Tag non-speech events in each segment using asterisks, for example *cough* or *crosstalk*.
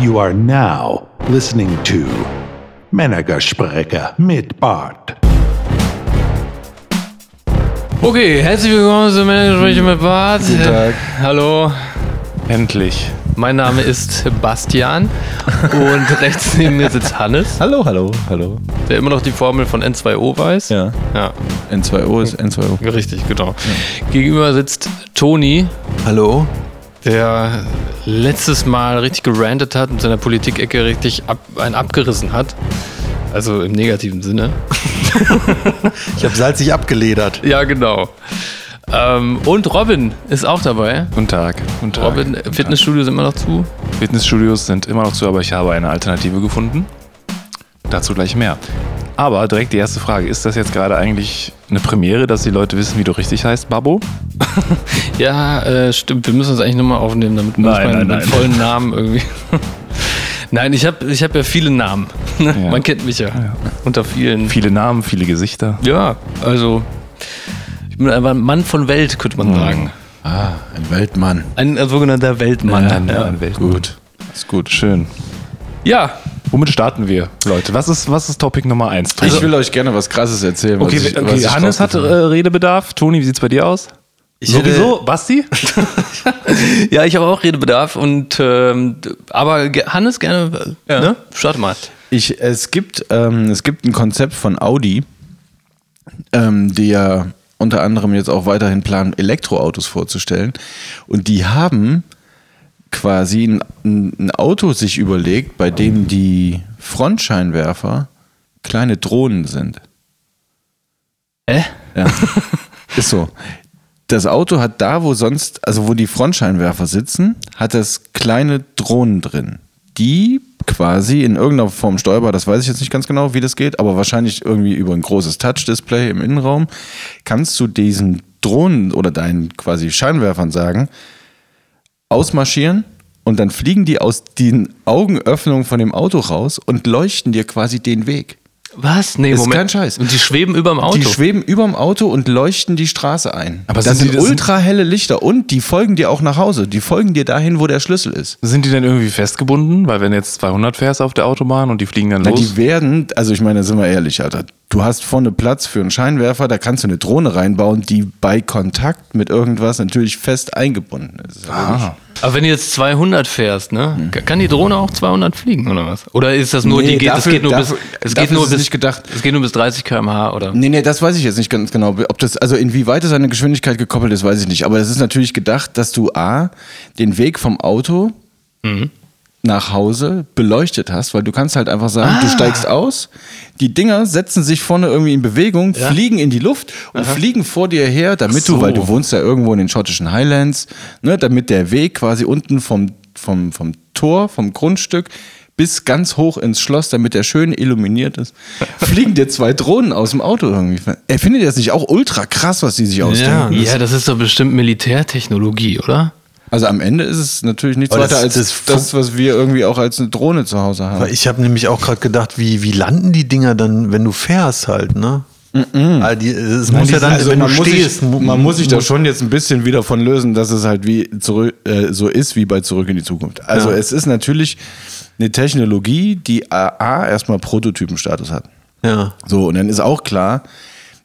You are now listening to Männergespräche mit Bart. Okay, herzlich willkommen zu Männergespräche mit Bart. Guten Tag. Hallo, Endlich. mein Name ist Bastian und *laughs* rechts neben mir sitzt Hannes, Hallo, hallo, hallo. der immer noch die Formel von N2O weiß. Ja. Ja, N2O ist N2O. richtig, genau. Gegenüber sitzt Toni, Hallo. der letztes Mal richtig gerantet hat und seiner Politikecke richtig ab, einen abgerissen hat. Also im negativen Sinne. Ich habe salzig abgeledert. Ja, genau. Ähm, und Robin ist auch dabei. Guten Tag. Guten Tag. Robin, Guten Fitnessstudio sind immer noch zu. Tag. Fitnessstudios sind immer noch zu, aber ich habe eine Alternative gefunden. Dazu gleich mehr. Aber direkt die erste Frage. Ist das jetzt gerade eigentlich eine Premiere, dass die Leute wissen, wie du richtig heißt, Babbo? Ja, äh, stimmt. Wir müssen uns eigentlich nochmal aufnehmen, damit man Nein, nicht meinen nein, nein. vollen Namen irgendwie. nein, ich habe ich hab ja viele Namen. Ne? Man kennt mich ja. Unter vielen. Viele Namen, viele Gesichter. Ja, also. Ich bin einfach ein Mann von Welt, könnte man sagen. Ah, ein Weltmann. Ein, äh, sogenannter Weltmann. Ein- ja. ein Welt. Gut. Ist gut. Schön. ja, *laughs* Womit starten wir, Leute? Was ist, was ist Topic Nummer 1? ich will euch gerne was Krasses erzählen. Also okay, Also, was ich, okay, was ich Hannes hat äh, rausgefunden Redebedarf. Toni, wie sieht's bei dir aus? Sowieso? Basti? ja, ich habe auch Redebedarf und ähm, aber ge- Hannes gerne, äh, ne? Start mal. habe. ich, es, gibt, ähm, es gibt ein Konzept von Audi, ähm, die ja unter anderem jetzt auch weiterhin planen, Elektroautos vorzustellen. Und die haben quasi ein, ein ein Auto sich überlegt, bei dem die Frontscheinwerfer kleine Drohnen sind. Hä? Ja. Ist so. Das Auto hat da, wo sonst, also wo die Frontscheinwerfer sitzen, hat das kleine Drohnen drin, die quasi in irgendeiner Form steuerbar, das weiß ich jetzt nicht ganz genau, wie das geht, aber wahrscheinlich irgendwie über ein großes Touch-Display im Innenraum, kannst du diesen Drohnen oder deinen quasi Scheinwerfern sagen, ausmarschieren und dann fliegen die aus den Augenöffnungen von dem Auto raus und leuchten dir quasi den Weg. Was? Nee, Ist Moment. kein Scheiß. Und die schweben über dem Auto. Die schweben überm Auto und leuchten die Straße ein. Aber das sind sind, die- das sind- ultrahelle Lichter und die folgen dir auch nach Hause. Die folgen dir dahin, wo der Schlüssel ist. Sind die denn irgendwie festgebunden? Weil wenn du jetzt 200 fährst auf der Autobahn und die fliegen dann Na, los. die werden, also ich meine, sind wir ehrlich, Alter. Du hast vorne Platz für einen Scheinwerfer, da kannst du eine Drohne reinbauen, die bei Kontakt mit irgendwas natürlich fest eingebunden ist. Also ah, Aber wenn du jetzt 200 fährst, ne? Kann die Drohne auch 200 fliegen oder was? Oder ist das nur, Mhm. Nee, die geht, es dafür- geht nur bis, dafür- es dafür geht nur ist es bis, nicht gedacht. es geht nur bis 30 km/h oder? Nee, nee, das weiß ich jetzt nicht ganz genau. Ob das, also inwieweit es an eine Geschwindigkeit gekoppelt ist, weiß ich nicht. Aber es ist natürlich gedacht, dass du A, den Weg vom Auto nach Hause beleuchtet hast, weil du kannst halt einfach sagen, du steigst aus, die Dinger setzen sich vorne irgendwie in Bewegung, fliegen in die Luft und fliegen vor dir her, damit so. du, weil du wohnst ja irgendwo in den schottischen Highlands, ne, damit der Weg quasi unten vom, vom, vom Tor, vom Grundstück bis ganz hoch ins Schloss, damit der schön illuminiert ist, fliegen dir zwei Drohnen aus dem Auto irgendwie. Ey, findet ihr das nicht auch ultra krass, was die sich ausdenken? ja, das ist doch bestimmt Militärtechnologie, oder? Also am Ende ist es natürlich nichts Aber weiter das- als das das, was wir irgendwie auch als eine Drohne zu Hause haben. Weil ich habe nämlich auch gerade gedacht, wie, wie landen die Dinger dann, wenn du fährst halt, ne? Ah, die, es muss ja dann, Also wenn du man muss sich- stehst, mu- man muss sich da muss- schon jetzt ein bisschen wieder von lösen, dass es halt wie zurück, äh, so ist wie bei Zurück in die Zukunft. Also Ja. es ist natürlich eine Technologie, die AA erstmal Prototypenstatus hat. Ja. So, und dann ist auch klar,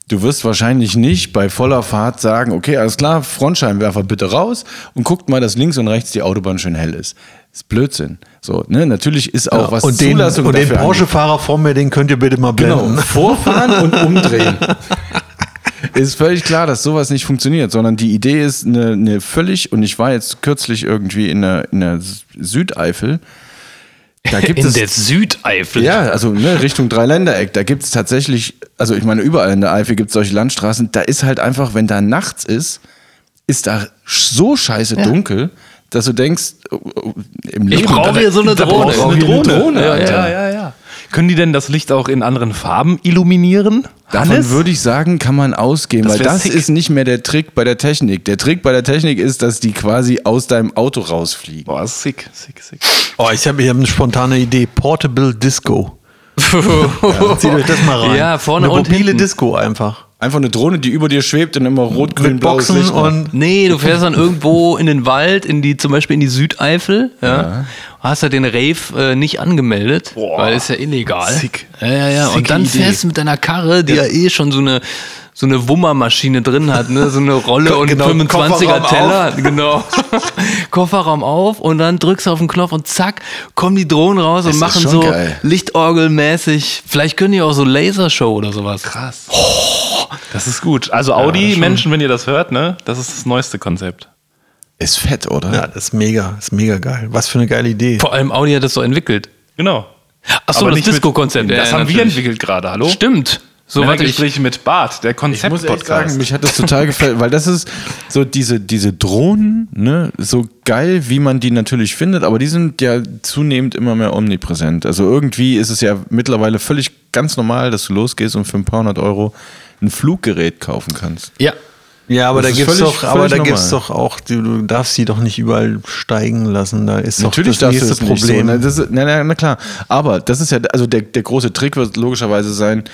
du wirst wahrscheinlich nicht bei voller Fahrt sagen, okay, alles klar, Frontscheinwerfer bitte raus und guckt mal, dass links und rechts die Autobahn schön hell ist. Ist Blödsinn. So, ne, natürlich ist auch was und den, Zulassung und den dafür angeht. Porsche-Fahrer vor mir, den könnt ihr bitte mal Genau, blenden. vorfahren und umdrehen. *laughs* Ist völlig klar, dass sowas nicht funktioniert, sondern die Idee ist eine, eine völlig, und ich war jetzt kürzlich irgendwie in der, in der Südeifel. Da *laughs* gibt In es der Südeifel. ja, also ne, Richtung Dreiländereck, da gibt es tatsächlich, also ich meine, überall in der Eifel gibt es solche Landstraßen, da ist halt einfach, wenn da nachts ist, ist da so scheiße dunkel, dass du denkst, oh, oh, im Leben. Ich brauche hier so eine Drohne. brauchst du eine Drohne. Ja, Alter. ja, ja, ja. Können die denn das Licht auch in anderen Farben illuminieren? Davon würde ich sagen, kann man ausgehen, Das weil wär das sick. ist nicht mehr der Trick bei der Technik. Der Trick bei der Technik ist, dass die quasi aus deinem Auto rausfliegen. Boah, sick, sick, sick. Oh, ich habe ich hab eine spontane Idee. *laughs* Portable Disco. Zieht euch das mal rein. Ja, vorne eine und mobile hinten. Disco einfach. Einfach eine Drohne, die über dir schwebt und immer rot, grün, Mit blaues Boxen Licht. macht. und Nee, du fährst dann irgendwo in den Wald, in die, zum Beispiel in die Südeifel, ja. Hast ja den Rave äh, nicht angemeldet, weil ist ja illegal. Sick. Ja, ja, ja. Sicke Und dann Idee. fährst du mit deiner Karre, die ja, eh schon so eine so eine Wummermaschine drin hat, ne? So eine Rolle und Genau, einen 25er Kofferraum auf. Teller. *laughs* Genau. Kofferraum auf und dann drückst du auf den Knopf und zack, kommen die Drohnen raus und ist machen schon so geil. Lichtorgelmäßig. Vielleicht können die auch so Lasershow oder sowas. Krass. Oh, Das ist gut. Also Audi, Menschen, wenn ihr das hört, ne? Das ist das neueste Konzept. Ist fett, oder? Ja, das ist mega, das ist mega geil. Was für eine geile Idee. Vor allem Audi hat das so entwickelt. Genau. Achso, Aber das nicht mit- Disco-Konzept. Das ja, haben wir natürlich. entwickelt gerade, hallo? Stimmt. So, warte, ich, Gespräche mit Bart, der Ich muss echt Konzept-Podcast. sagen, mich hat das total gefallen, weil das ist so diese, diese Drohnen, ne, so geil, wie man die natürlich findet, aber die sind ja zunehmend immer mehr omnipräsent. Also irgendwie ist es ja mittlerweile völlig ganz normal, dass du losgehst und für ein paar hundert Euro ein Fluggerät kaufen kannst. Ja. Ja, aber Das da ist gibt's völlig- doch, aber völlig da gibt's normal. doch auch, du, du darfst sie doch nicht überall steigen lassen. Da ist Natürlich doch das das darfst nächste du das Problem. Problem. Nicht so. ne? Na, das ist, na, na, na klar. Aber das ist ja, also der, der große Trick wird logischerweise sein,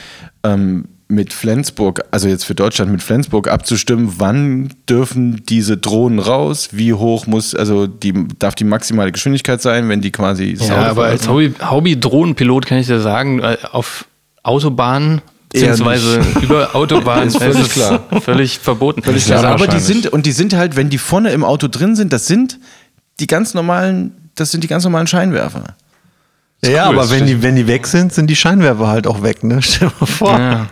ähm, mit Flensburg, also jetzt für Deutschland, mit Flensburg abzustimmen, wann dürfen diese Drohnen raus, wie hoch muss, also die darf die maximale Geschwindigkeit sein, wenn die quasi das Ja, Auto aber als verlassen? Hobby- Hobby-Drohnenpilot kann ich dir sagen, äh, auf Autobahnen Eher beziehungsweise über Autobahnen Ist völlig es ist klar. völlig verboten. Völlig also, aber die sind, und die sind halt, wenn die vorne im Auto drin sind, das sind die ganz normalen, das sind die ganz normalen Scheinwerfer. Ja, aber wenn die, wenn die weg sind, sind die Scheinwerfer halt auch weg, ne? *laughs* Stell dir mal vor. Ja.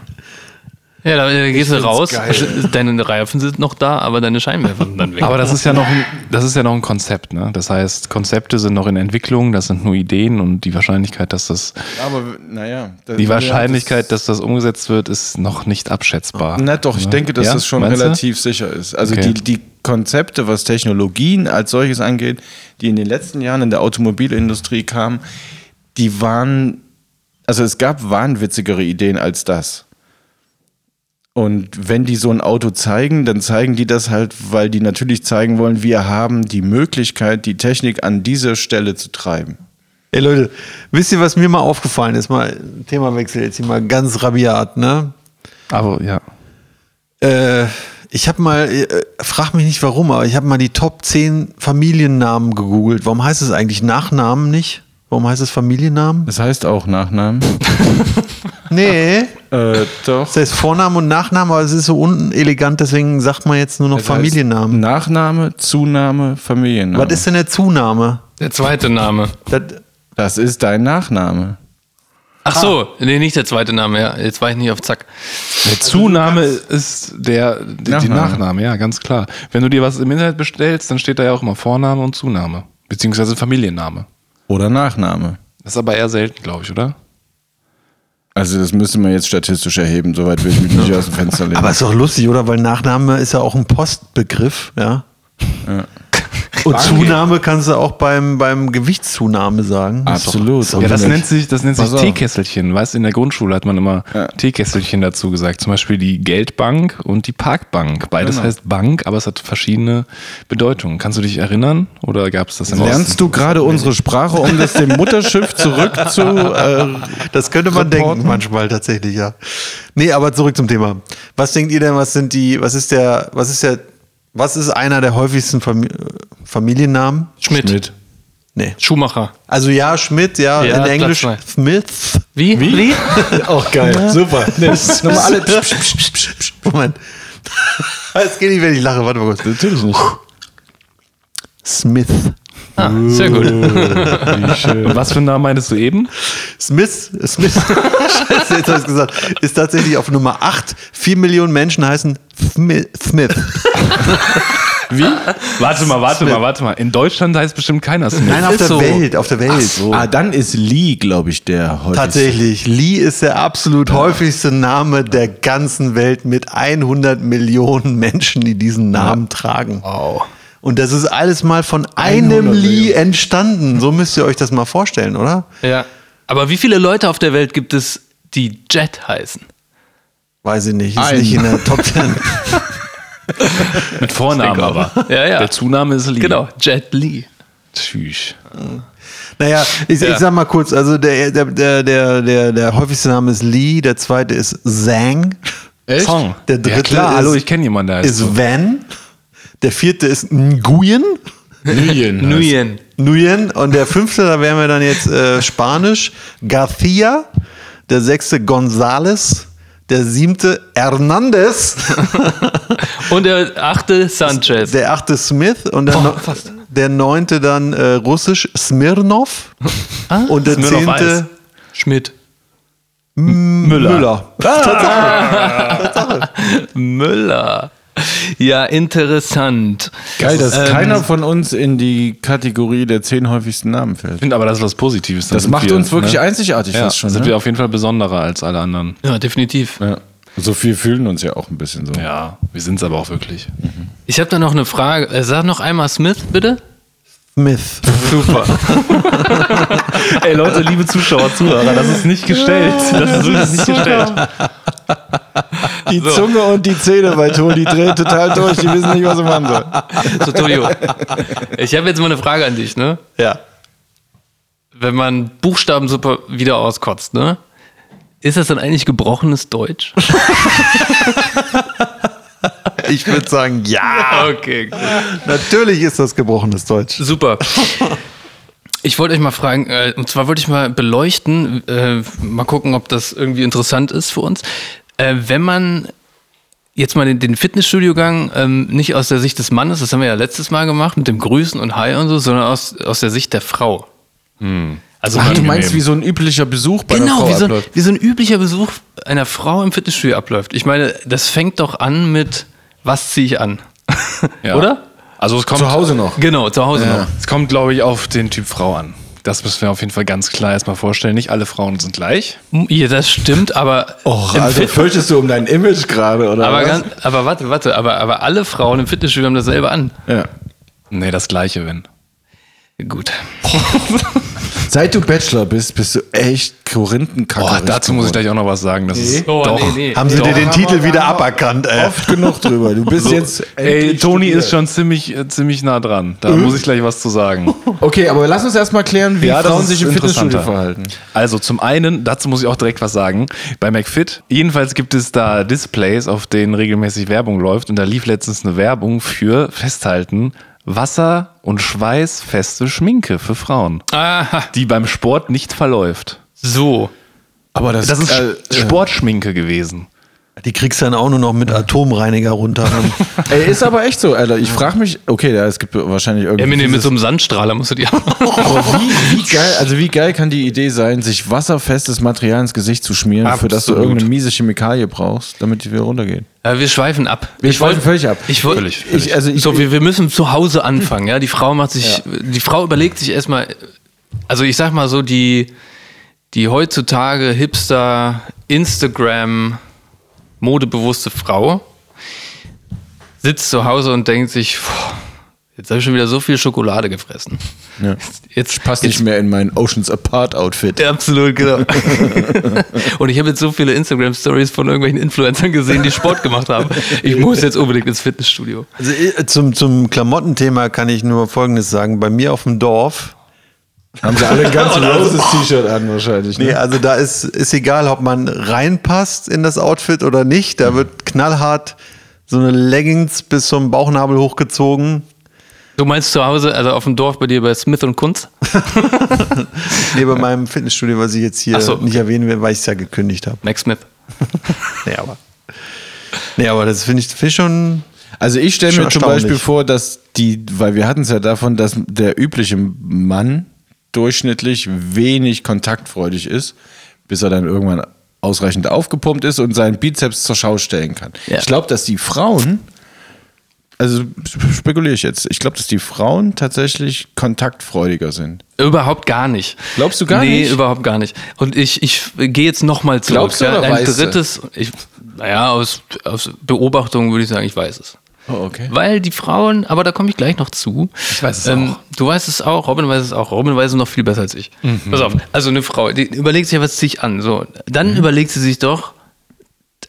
Ja, da, da gehst du raus, geil. deine Reifen sind noch da, aber deine Scheinwerfer sind *laughs* dann weg. Aber das ist ja noch ein, das ist ja noch ein Konzept, ne? Das heißt, Konzepte sind noch in Entwicklung, das sind nur Ideen und die Wahrscheinlichkeit, dass das Aber naja. die Wahrscheinlichkeit, dass das umgesetzt wird, ist noch nicht abschätzbar. Na doch, ich Ne? denke, dass Ja? das schon Meinst du? relativ sicher ist. Also Okay. die, die Konzepte, was Technologien als solches angeht, die in den letzten Jahren in der Automobilindustrie kamen, die waren, also es gab wahnwitzigere Ideen als das. Und wenn die so ein Auto zeigen, dann zeigen die das halt, weil die natürlich zeigen wollen, wir haben die Möglichkeit, die Technik an dieser Stelle zu treiben. Ey Leute, wisst ihr, was mir mal aufgefallen ist? Mal Themawechsel jetzt hier mal ganz rabiat, ne? Aber ja. Äh, ich habe mal, äh, frag mich nicht warum, aber ich habe mal die Top 10 Familiennamen gegoogelt. Warum heißt es eigentlich Nachnamen nicht? Warum heißt es *laughs* Familiennamen? Das heißt auch Nachnamen. Nee, äh, doch. das heißt Vornamen und Nachnamen, aber es ist so unten elegant, deswegen sagt man jetzt nur noch Familiennamen. Nachname, Zunahme, Familienname. Was ist denn der Zuname? Der zweite Name. Das, Das ist dein Nachname. Ach so, nee, nicht der zweite Name, ja. Jetzt war ich nicht auf Zack. Der Zunahme ist der die Nachname. Also Nachname. Nachname, ja, ganz klar. Wenn du dir was im Internet bestellst, dann steht da ja auch immer Vorname und Zunahme. Beziehungsweise Familienname. Oder Nachname. Das ist aber eher selten, glaube ich, oder? Also das müsste man jetzt statistisch erheben, soweit will ich mich nicht aus dem Fenster lehnen. aber ist doch lustig, oder? Weil Nachname ist ja auch ein Postbegriff, ja. Und Zunahme kannst du auch beim, beim Gewichtszunahme sagen. Ist doch- Absolut. ist doch Ja, das Wunderlich. nennt sich, das nennt sich Pass auf. Teekesselchen. Weißt du, in der Grundschule hat man immer Ja. Teekesselchen dazu gesagt. Zum Beispiel die Geldbank und die Parkbank. Beides Genau. heißt Bank, aber es hat verschiedene Bedeutungen. Kannst du dich erinnern? Oder gab es das im Lernst du gerade unsere Sprache, um das dem Mutterschiff zurück zu... Äh, Das könnte man Reporten? denken manchmal tatsächlich, ja. Nee, aber zurück zum Thema. Was denkt ihr denn, was sind die, was ist der, was ist der, was ist einer der häufigsten Fam Familiennamen? Schmidt. Nee. Schumacher. Also ja, Schmidt, ja, Ja, in Englisch Platz Smith. Wie? Wie? Auch geil, super. Nochmal *laughs* alle. psch, psch, psch, psch, psch. Moment. *laughs* Es geht nicht, wenn ich lache. Warte mal kurz. Natürlich nicht. Smith. Ah, sehr gut. Und was für einen Namen meinst du eben? Smith, Smith, scheiße, jetzt hab ich's gesagt, ist tatsächlich auf Nummer 8. Vier Millionen Menschen heißen Smith. Smith. Wie? Warte mal, warte mal, warte mal. In Deutschland heißt bestimmt keiner Smith. Nein, auf ist der so. Welt, auf der Welt. ah, dann ist Lee, glaube ich, der heute... Tatsächlich, Lee ist der absolut häufigste Name der ganzen Welt mit 100 Millionen Menschen, die diesen Namen tragen. Wow. Und das ist alles mal von einem Lee entstanden. So müsst ihr euch das mal vorstellen, oder? ja. Aber wie viele Leute auf der Welt gibt es, die Jet heißen? Weiß ich nicht. Ist Ein. nicht in der Top 10. Mit Vornamen aber. *laughs* Ja, ja. Der Zunahme ist Lee. Genau, Jet Lee. Tschüss. naja, ich, ich sag mal kurz, also der, der, der, der, der, der häufigste Name ist Lee, der zweite ist Zhang. Echt? Song. Der dritte ja, klar, ist- hallo, ich kenne jemanden, der heißt so. Ist Van. Der vierte ist Nguyen. *laughs* Nuyen. Nguyen. Nguyen. Und der fünfte, da wären wir dann jetzt äh, Spanisch. Garcia. Der sechste Gonzales. Der siebte Hernandez. Und der achte Sanchez. Der achte Smith und der, neu- der neunte dann äh, russisch Smirnov und der Ah. Smirnov Eis. zehnte Schmidt. Ah. Müller. *laughs* *laughs* Müller. Ja, interessant. Geil, dass Ähm, keiner von uns in die Kategorie der zehn häufigsten Namen fällt. finde aber, das ist was Positives. Dann Das sind macht wir, uns wirklich ne? einzigartig Ja, fast schon. sind ne? wir auf jeden Fall besonderer als alle anderen. Ja, definitiv. ja. So viel fühlen uns ja auch ein bisschen so. Ja, wir sind es aber auch wirklich. Ich habe da noch eine Frage. Äh, Sag noch einmal Smith, bitte. Smith. Super. Ey Leute, liebe Zuschauer, Zuhörer, das ist nicht gestellt. Das ist wirklich *laughs* nicht gestellt. Die Zunge und die Zähne bei Toni drehen total durch. Die wissen nicht, was sie machen sollen. So, Tolio. Ich habe jetzt mal eine Frage an dich, ne? Ja. Wenn man Buchstabensuppe wieder auskotzt, ne? Ist das dann eigentlich gebrochenes Deutsch? Ich würde sagen, ja. Okay, gut. Natürlich ist das gebrochenes Deutsch. Super. *laughs* Ich wollte euch mal fragen, äh, und zwar wollte ich mal beleuchten, äh, mal gucken, ob das irgendwie interessant ist für uns. Äh, wenn man jetzt mal den, den Fitnessstudio-Gang ähm, nicht aus der Sicht des Mannes, das haben wir ja letztes Mal gemacht, mit dem Grüßen und Hi und so, sondern aus, aus der Sicht der Frau. Also Hm. Ach, Ah, du wie- meinst, wie so ein üblicher Besuch bei einer genau, Frau wie so, ein- *laughs* abläuft. wie so ein üblicher Besuch einer Frau im Fitnessstudio abläuft. Ich meine, das fängt doch an mit, was ziehe ich an? Ja. Oder? Also es kommt Zu Hause noch. Genau, zu Hause noch. Es kommt, glaube ich, auf den Typ Frau an. Das müssen wir auf jeden Fall ganz klar erstmal vorstellen. Nicht alle Frauen sind gleich. Ja, das stimmt, aber im Fit- fürchtest du um dein Image gerade, oder aber, ganz, aber warte, warte, aber, aber alle Frauen im Fitnessstudio haben dasselbe an. ja. Nee, das gleiche, wenn. Gut. Seit du Bachelor bist, bist du echt Korinthenkacke. Boah, dazu muss ich gleich auch noch was sagen. Das ist Oh, doch. nee, nee. Haben sie dir Doch. den Titel wieder aberkannt, ey. oft genug drüber. Du bist jetzt. Ey, endlich Toni studiert. Mhm. ist schon ziemlich, äh, ziemlich nah dran. Da muss ich gleich was *laughs* zu sagen. Okay, aber lass uns erstmal klären, wie Ja, das Frauen ist sich im Fitnessstudio interessanter. verhalten. Also zum einen, dazu muss ich auch direkt was sagen, bei McFit, jedenfalls gibt es da Displays, auf denen regelmäßig Werbung läuft und da lief letztens eine Werbung für Festhalten, Wasser- und schweißfeste Schminke für Frauen, Aha, die beim Sport nicht verläuft. so. Aber Das ist äh, Sch- Sportschminke gewesen. Die kriegst dann auch nur noch mit Atomreiniger runter. *laughs* Ey, ist aber echt so, Alter. Ich frage mich, okay, da, es gibt wahrscheinlich Ja, mit, irgendwie. dem- mit so einem Sandstrahler musst du die *laughs* auch. aber wie, wie geil, also wie geil kann die Idee sein, sich wasserfestes Material ins Gesicht zu schmieren, für das du Absolut. irgendeine miese Chemikalie brauchst, damit die wieder runtergehen. Ja, Äh, wir schweifen ab. Wir Ich schweifen wollt- völlig ab. Ich wollte. Völlig, völlig. Ich, also ich, so, wir, wir müssen zu Hause anfangen, ja. Die Frau macht sich, die Frau überlegt sich erstmal, also ich sag mal so, die, die heutzutage Hipster, Instagram, modebewusste Frau sitzt zu Hause und denkt sich, boah, jetzt habe ich schon wieder so viel Schokolade gefressen. Ja. Jetzt passt jetzt, nicht mehr in mein Oceans Apart Outfit. Ja, Absolut, genau. *laughs* und ich habe jetzt so viele Instagram-Stories von irgendwelchen Influencern gesehen, die Sport gemacht haben. Ich muss jetzt unbedingt ins Fitnessstudio. Also, äh, zum, zum Klamottenthema kann ich nur Folgendes sagen. Bei mir auf dem Dorf Haben sie alle ein *laughs* ganz roses T-Shirt an wahrscheinlich. Ne? Nee, also da ist, ist egal, ob man reinpasst in das Outfit oder nicht. Da wird knallhart so eine Leggings bis zum Bauchnabel hochgezogen. Du meinst zu Hause, also auf dem Dorf bei dir bei Smith und Kunz? Neben *laughs* meinem Fitnessstudio, was ich jetzt hier Ach so, okay. nicht erwähnen will, weil ich es ja gekündigt habe. Max Smith. Nee, aber. Nee, aber das finde ich, find ich schon. Also ich stelle Schon mir zum erstaunlich. Beispiel vor, dass die, weil wir hatten es ja davon, dass der übliche Mann durchschnittlich wenig kontaktfreudig ist, bis er dann irgendwann ausreichend aufgepumpt ist und seinen Bizeps zur Schau stellen kann. Ja. Ich glaube, dass die Frauen, also spekuliere ich jetzt, ich glaube, dass die Frauen tatsächlich kontaktfreudiger sind. Überhaupt gar nicht. Glaubst du gar nee, nicht? Nee, überhaupt gar nicht. Und ich, ich gehe jetzt nochmal zurück. Glaubst du ja, oder ein weißt du? drittes, ich, naja, aus, aus Beobachtung würde ich sagen, ich weiß es. Oh, okay. Weil die Frauen, aber da komme ich gleich noch zu. Ich weiß es auch. Du weißt es auch, Robin weiß es auch. Robin weiß es noch viel besser als ich. Pass auf, also eine Frau, die überlegt sich ja, was ziehe ich an. So, dann überlegt sie sich doch,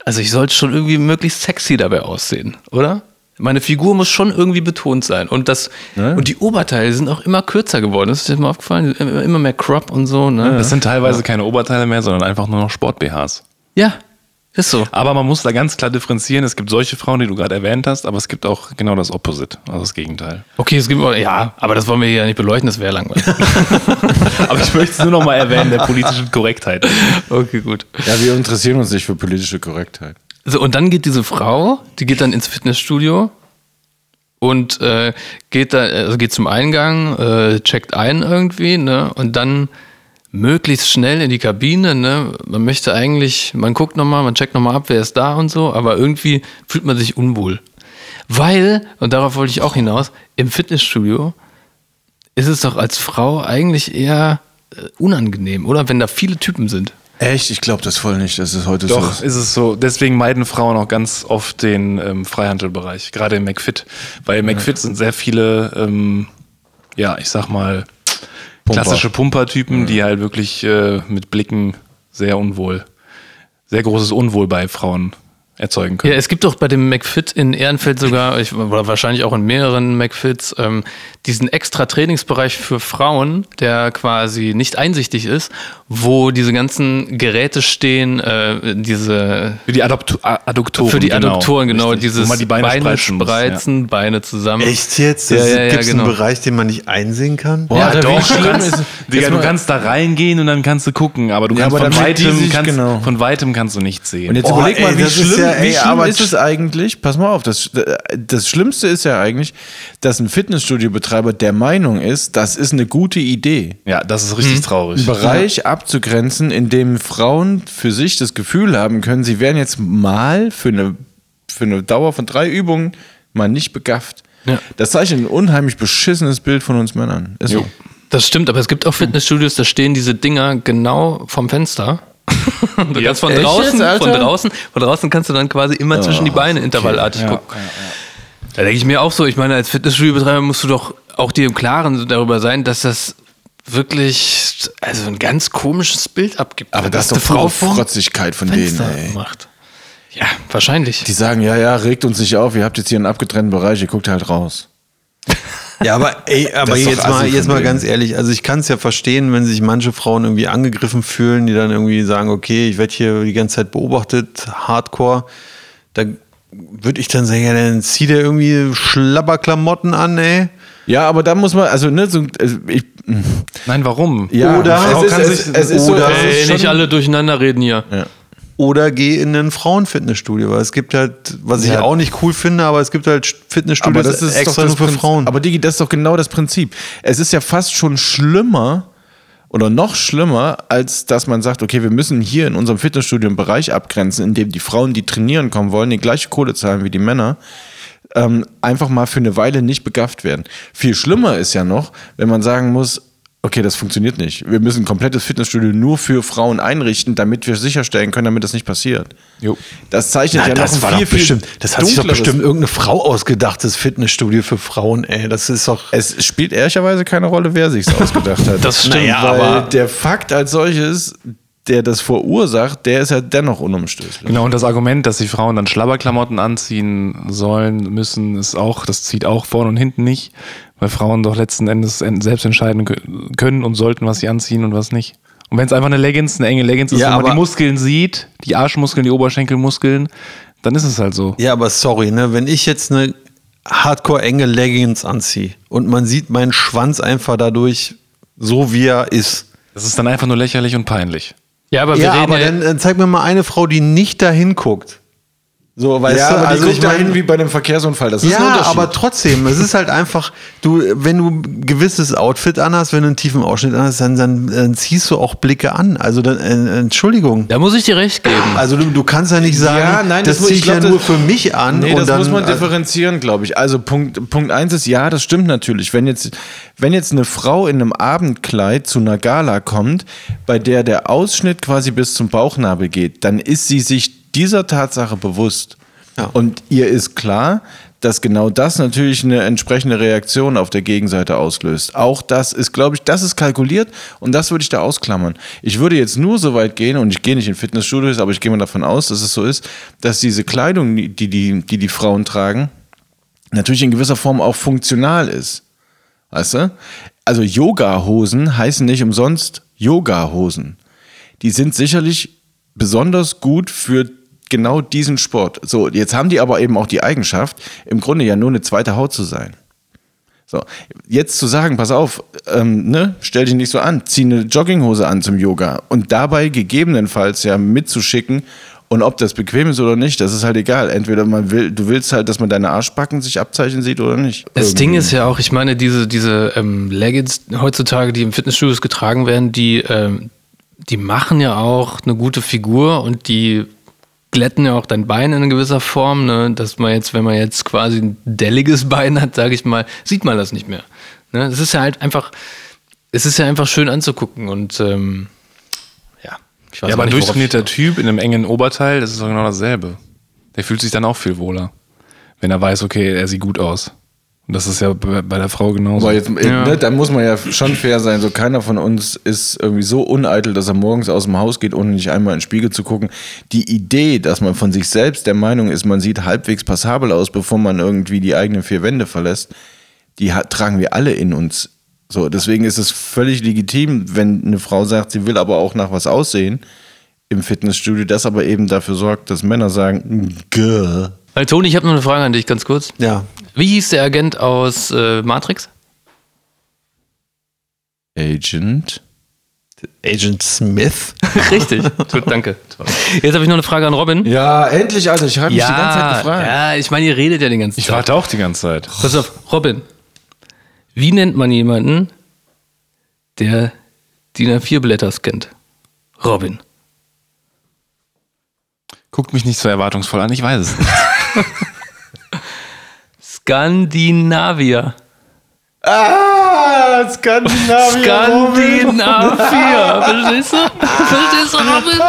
also ich sollte schon irgendwie möglichst sexy dabei aussehen, oder? Meine Figur muss schon irgendwie betont sein. Und, das, und die Oberteile sind auch immer kürzer geworden. Das ist dir mal aufgefallen. Immer äh. immer mehr Crop und so. Ne? Das sind teilweise keine Oberteile mehr, sondern einfach nur noch Sport-BHs. Ja. Ist so. Aber man muss da ganz klar differenzieren. Es gibt solche Frauen, die du gerade erwähnt hast, aber es gibt auch genau das Opposite, also das Gegenteil. Okay, es gibt auch, ja, aber das wollen wir hier ja nicht beleuchten, das wäre langweilig. Aber ich möchte es nur nochmal erwähnen, der politischen Korrektheit. *laughs* okay, gut. Ja, wir interessieren uns nicht für politische Korrektheit. So, und dann geht diese Frau, die geht dann ins Fitnessstudio und äh, geht da, also geht zum Eingang, äh, checkt ein irgendwie, ne? Und dann möglichst schnell in die Kabine, ne? Man möchte eigentlich, man guckt nochmal, man checkt nochmal ab, wer ist da und so, aber irgendwie fühlt man sich unwohl. Weil, und darauf wollte ich auch hinaus, im Fitnessstudio ist es doch als Frau eigentlich eher äh, unangenehm, oder? Wenn da viele Typen sind. Echt? Ich glaube das voll nicht, dass es heute Doch, so ist. ist es so. Deswegen meiden Frauen auch ganz oft den ähm, Freihandelbereich, gerade im McFit. Weil im McFit sind sehr viele, ähm, ja, ich sag mal, Pumper. klassische Mhm. Pumper-Typen, die halt wirklich äh, mit Blicken sehr unwohl, sehr großes Unwohl bei Frauen erzeugen können. Ja, es gibt doch bei dem McFit in Ehrenfeld sogar, ich, oder wahrscheinlich auch in mehreren McFits, ähm, diesen extra Trainingsbereich für Frauen, der quasi nicht einsichtig ist, wo diese ganzen Geräte stehen, äh, diese Für die Adoptu A- Adduktoren. für die Adduktoren, genau, richtig. Wo dieses man die Beine, spreizen, muss, spreizen, Beine zusammen. Echt jetzt? Ja, Das ja, ja, gibt's genau. einen Bereich, den man nicht einsehen kann? Boah, Ja, Doch, wie du schlimm kannst, ist- Digga, Jetzt du mal- kannst da reingehen und dann kannst du gucken, aber du Ja, kannst, aber von, damit die weitem, sich- kannst genau. von weitem kannst du nichts sehen. Und jetzt Boah, überleg mal, ey, wie das ist schlimm, ja, ey, wie schlimm aber- ist es eigentlich? Pass mal auf, das, das Schlimmste ist ja eigentlich, dass ein Fitnessstudio-Betreiber der Meinung ist, das ist eine gute Idee. ja, das ist Hm? richtig traurig. Bereich abzugrenzen, in dem Frauen für sich das Gefühl haben können, sie wären jetzt mal für eine, für eine Dauer von drei Übungen mal nicht begafft. Das zeichnet ein unheimlich beschissenes Bild von uns Männern. Ist so. Das stimmt, aber es gibt auch Fitnessstudios, da stehen diese Dinger genau vom Fenster. *laughs* Du kannst von Echt Ah, draußen, jetzt, Alter? von draußen, von draußen kannst du dann quasi immer zwischen die Beine intervallartig gucken. Da denke ich mir auch so, ich meine, als Fitnessstudiobetreiber musst du doch auch dir im Klaren darüber sein, dass das wirklich also ein ganz komisches Bild abgibt. Aber das ist Dass doch eine Frau vom Frotzigkeit von denen, Fenster ey. macht. Ja, wahrscheinlich. Die sagen, ja, ja, regt uns nicht auf, ihr habt jetzt hier einen abgetrennten Bereich, ihr guckt halt raus. Ja, aber, ey, aber Das ist doch jetzt, assi mal, von jetzt mal denen. ganz ehrlich, also ich kann es ja verstehen, wenn sich manche Frauen irgendwie angegriffen fühlen, die dann irgendwie sagen, okay, ich werde hier die ganze Zeit beobachtet, hardcore. Da würde ich dann sagen, ja, dann zieh dir irgendwie Schlabberklamotten an, ey. Ja, aber da muss man, also, ne, so, also ich, Nein, warum? ja, Oder- es Frau ist, kann es, sich- es ist so, oder- es ist Ey, schon- nicht alle durcheinander reden hier. Oder geh in ein Frauenfitnessstudio, weil es gibt halt, was ich Ja. auch nicht cool finde, aber es gibt halt aber Fitnessstudios das ist extra doch nur das für Prinzip- Frauen. Aber Digi, das ist doch genau das Prinzip. Es ist ja fast schon schlimmer oder noch schlimmer, als dass man sagt, okay, wir müssen hier in unserem Fitnessstudio einen Bereich abgrenzen, in dem die Frauen, die trainieren kommen wollen, die gleiche Kohle zahlen wie die Männer, ähm, einfach mal für eine Weile nicht begafft werden. Viel schlimmer ist ja noch, wenn man sagen muss, okay, das funktioniert nicht. Wir müssen ein komplettes Fitnessstudio nur für Frauen einrichten, damit wir sicherstellen können, damit das nicht passiert. Das zeichnet ja noch ein viel, viel dunkleres irgendeine Frau ausgedacht, das Fitnessstudio für Frauen, ey. Das ist doch. es spielt ehrlicherweise keine Rolle, wer *laughs* sich's ausgedacht hat. Das stimmt, Naja, weil aber- der Fakt als solches, der das verursacht, der ist ja dennoch unumstößlich. Genau, und das Argument, dass die Frauen dann Schlabberklamotten anziehen sollen, müssen, ist auch, das zieht auch vorne und hinten nicht, weil Frauen doch letzten Endes en- selbst entscheiden kö- können und sollten, was sie anziehen und was nicht. Und wenn es einfach eine Leggings, eine enge Leggings ist, wo Ja, man aber- die Muskeln sieht, die Arschmuskeln, die Oberschenkelmuskeln, dann ist es halt so. Ja, aber sorry, ne? Wenn ich jetzt eine hardcore enge Leggings anziehe und man sieht meinen Schwanz einfach dadurch, so wie er ist. Das ist dann einfach nur lächerlich und peinlich. Ja, aber wir Ja, reden aber dann, dann zeig mir mal eine Frau, die nicht dahin guckt. So, weißt Ja, du, aber also die ich guckt dahin mein- wie bei einem Verkehrsunfall. Das ist ein ja, Unterschied. aber trotzdem, es ist halt einfach, du, wenn du ein gewisses Outfit anhast, wenn du einen tiefen Ausschnitt anhast, dann, dann, dann ziehst du auch Blicke an. Also dann, äh, Entschuldigung. da muss ich dir recht geben. Also du, du kannst ja nicht sagen, Ja, nein, das, muss- ziehe ich ich glaub, ja das- nur für mich an. Nee, und das dann, muss man äh, differenzieren, glaube ich. Also Punkt, Punkt eins ist, ja, das stimmt natürlich. Wenn jetzt, wenn jetzt eine Frau in einem Abendkleid zu einer Gala kommt, bei der der Ausschnitt quasi bis zum Bauchnabel geht, dann ist sie sich dieser Tatsache bewusst. Ja. Und ihr ist klar, dass genau das natürlich eine entsprechende Reaktion auf der Gegenseite auslöst. Auch das ist, glaube ich, das ist kalkuliert und das würde ich da ausklammern. Ich würde jetzt nur so weit gehen, und ich gehe nicht in Fitnessstudios, aber ich gehe mal davon aus, dass es so ist, dass diese Kleidung, die die, die, die Frauen tragen, natürlich in gewisser Form auch funktional ist. Weißt du? Also Yoga-Hosen heißen nicht umsonst Yoga-Hosen. Die sind sicherlich besonders gut für genau diesen Sport. So, jetzt haben die aber eben auch die Eigenschaft, im Grunde ja nur eine zweite Haut zu sein. So, jetzt zu sagen, pass auf, ähm, ne, stell dich nicht so an, zieh eine Jogginghose an zum Yoga und dabei gegebenenfalls ja mitzuschicken und ob das bequem ist oder nicht, das ist halt egal. Entweder man will, du willst halt, dass man deine Arschbacken sich abzeichnen sieht oder nicht. Das Irgendwie. Ding ist ja auch, ich meine, diese, diese ähm, Leggings heutzutage, die im Fitnessstudios getragen werden, die, ähm, die machen ja auch eine gute Figur und die glätten ja auch dein Bein in gewisser Form, ne? dass man jetzt, wenn man jetzt quasi ein delliges *laughs* Bein hat, sage ich mal, sieht man das nicht mehr. Ne? Das ist ja halt einfach, es ist ja einfach schön anzugucken und ähm, ja, ich weiß Ja, aber auch ein nicht, worauf ich- durchtrainierter Typ in einem engen Oberteil, das ist doch genau dasselbe. Der fühlt sich dann auch viel wohler, wenn er weiß, okay, er sieht gut aus. Und das ist ja bei bei der Frau genauso. Aber jetzt, ne, da muss man ja schon fair sein. So keiner von uns ist irgendwie so uneitel, dass er morgens aus dem Haus geht, ohne nicht einmal in den Spiegel zu gucken. Die Idee, dass man von sich selbst der Meinung ist, man sieht halbwegs passabel aus, bevor man irgendwie die eigenen vier Wände verlässt, die ha- tragen wir alle in uns. So, deswegen ist es völlig legitim, wenn eine Frau sagt, sie will aber auch nach was aussehen im Fitnessstudio, das aber eben dafür sorgt, dass Männer sagen, gäh. Äh, Toni, ich habe noch eine Frage an dich, ganz kurz. Ja. Wie hieß der Agent aus äh, Matrix? Agent. Agent Smith. Richtig. *laughs* Gut, danke. Jetzt habe ich noch eine Frage an Robin. Ja, endlich, Alter. Ich habe ja, ich meine, ihr redet ja den ganzen ich Tag. warte auch die ganze Zeit. Pass auf, Robin. Wie nennt man jemanden, der DIN A4-Blätter scannt? Robin. Guckt mich nicht so erwartungsvoll an, ich weiß es nicht. Skandinavier. Ah, Skandinavien. Skandinavier. Verstehst du? Verstehst du, Robin?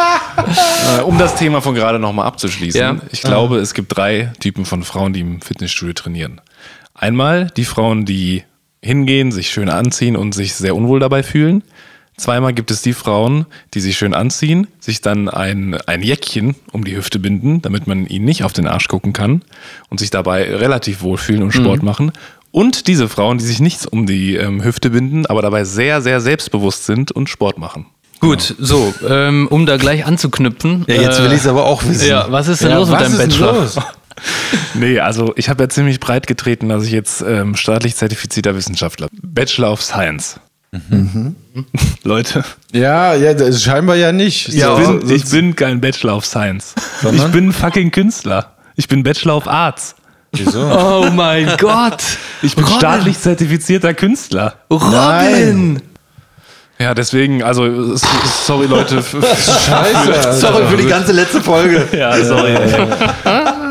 Äh, um das Thema von gerade nochmal abzuschließen. Ja. Ich glaube, es gibt drei Typen von Frauen, die im Fitnessstudio trainieren. Einmal die Frauen, die hingehen, sich schön anziehen und sich sehr unwohl dabei fühlen. Zweimal gibt es die Frauen, die sich schön anziehen, sich dann ein, ein Jäckchen um die Hüfte binden, damit man ihnen nicht auf den Arsch gucken kann und sich dabei relativ wohlfühlen und Sport machen. Und diese Frauen, die sich nichts um die ähm, Hüfte binden, aber dabei sehr, sehr selbstbewusst sind und Sport machen. Gut, so, ähm, um da gleich anzuknüpfen. äh, Ja, jetzt will ich es aber auch wissen. Ja, was ist denn los mit deinem Bachelor? Nee, also ich habe ja ziemlich breit getreten, dass ich jetzt ähm, staatlich zertifizierter Wissenschaftler bin. Bachelor of Science. Mhm. Leute, Ja, ja, das ist scheinbar ja nicht. ich, bin, ich bin kein Bachelor of Science. Sondern? Ich bin fucking Künstler. Ich bin Bachelor of Arts. Wieso? Oh *laughs* mein Gott. Ich bin Robin. staatlich zertifizierter Künstler. Robin. Ja, deswegen, also s- s- sorry *laughs* Leute. Scheiße. Sorry für die ganze letzte Folge. ja, sorry.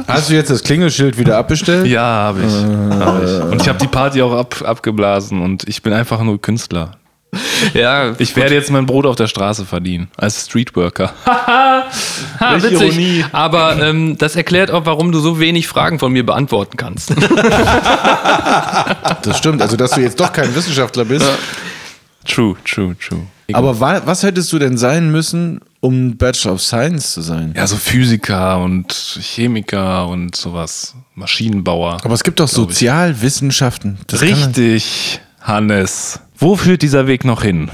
Hast du jetzt das Klingelschild wieder abbestellt? Ja, habe ich. Hab ich. Und ich habe die Party auch ab, abgeblasen und ich bin einfach nur Künstler. Ja, Ich werde jetzt mein Brot auf der Straße verdienen, als Streetworker. Ha, Welche witzig. Ironie. Aber ähm, das erklärt auch, warum du so wenig Fragen von mir beantworten kannst. Das stimmt. Also, dass du jetzt doch kein Wissenschaftler bist. True, true, true. Aber wa was hättest du denn sein müssen, um Bachelor of Science zu sein? ja, so Physiker und Chemiker und sowas. Maschinenbauer. Aber es gibt doch Sozialwissenschaften. Das kann man- Richtig, Hannes. Wo führt dieser Weg noch hin?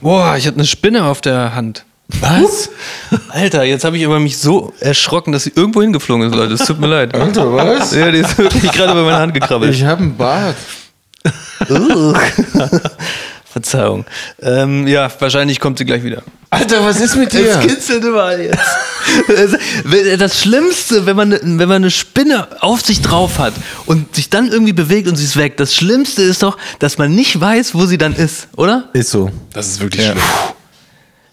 Boah, ich hatte eine Spinne auf der Hand. Was? *laughs* Alter, jetzt habe ich über mich so erschrocken, dass sie irgendwo hingeflogen ist, Leute. Es tut mir leid. Alter, was? Ja, die ist wirklich gerade über meine Hand gekrabbelt. Ich habe einen Bart. *laughs* Verzeihung. Ähm, ja, wahrscheinlich kommt sie gleich wieder. Alter, was ist mit dir? kitzelt überall jetzt. Das Schlimmste, wenn man, wenn man eine Spinne auf sich drauf hat und sich dann irgendwie bewegt und sie ist weg, das Schlimmste ist doch, dass man nicht weiß, wo sie dann ist, oder? Ist so. Das ist wirklich schlimm.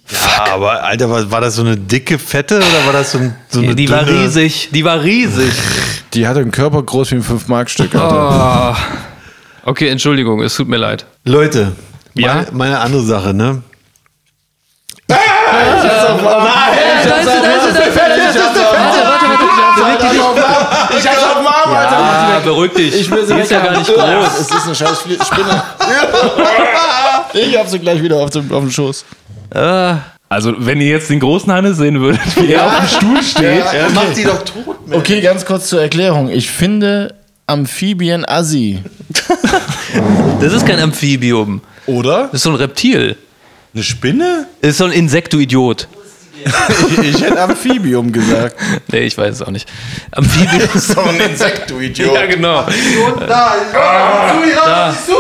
Ja, aber Alter, war, war das so eine dicke, fette oder war das so, ein, so eine Die war dünne? riesig, die war riesig. Die hatte einen Körper groß wie ein 5-Mark-Stück, Alter. Okay, Entschuldigung, es tut mir leid. Leute, Ja? meine, meine andere Sache, ne? Ah, beruhig dich. Ich will sie Oh. ist ja gar nicht groß. Es ist eine scheiß Spinne. *laughs* ich hab sie gleich wieder auf dem, auf dem Schoß. Also, wenn ihr jetzt den großen Hannes sehen würdet, wie er auf dem Stuhl steht. Mach die doch tot. Okay, ganz kurz zur Erklärung. Ich finde Amphibien assi. Das ist kein Amphibium. Oder? Das ist so ein Reptil. Eine Spinne? Das ist so ein Insektoidiot. Ich, ich hätte Amphibium gesagt. Nee, ich weiß es auch nicht. Amphibien. So ein Insekt, du Idiot. *laughs* ja, genau. Da, ich zu,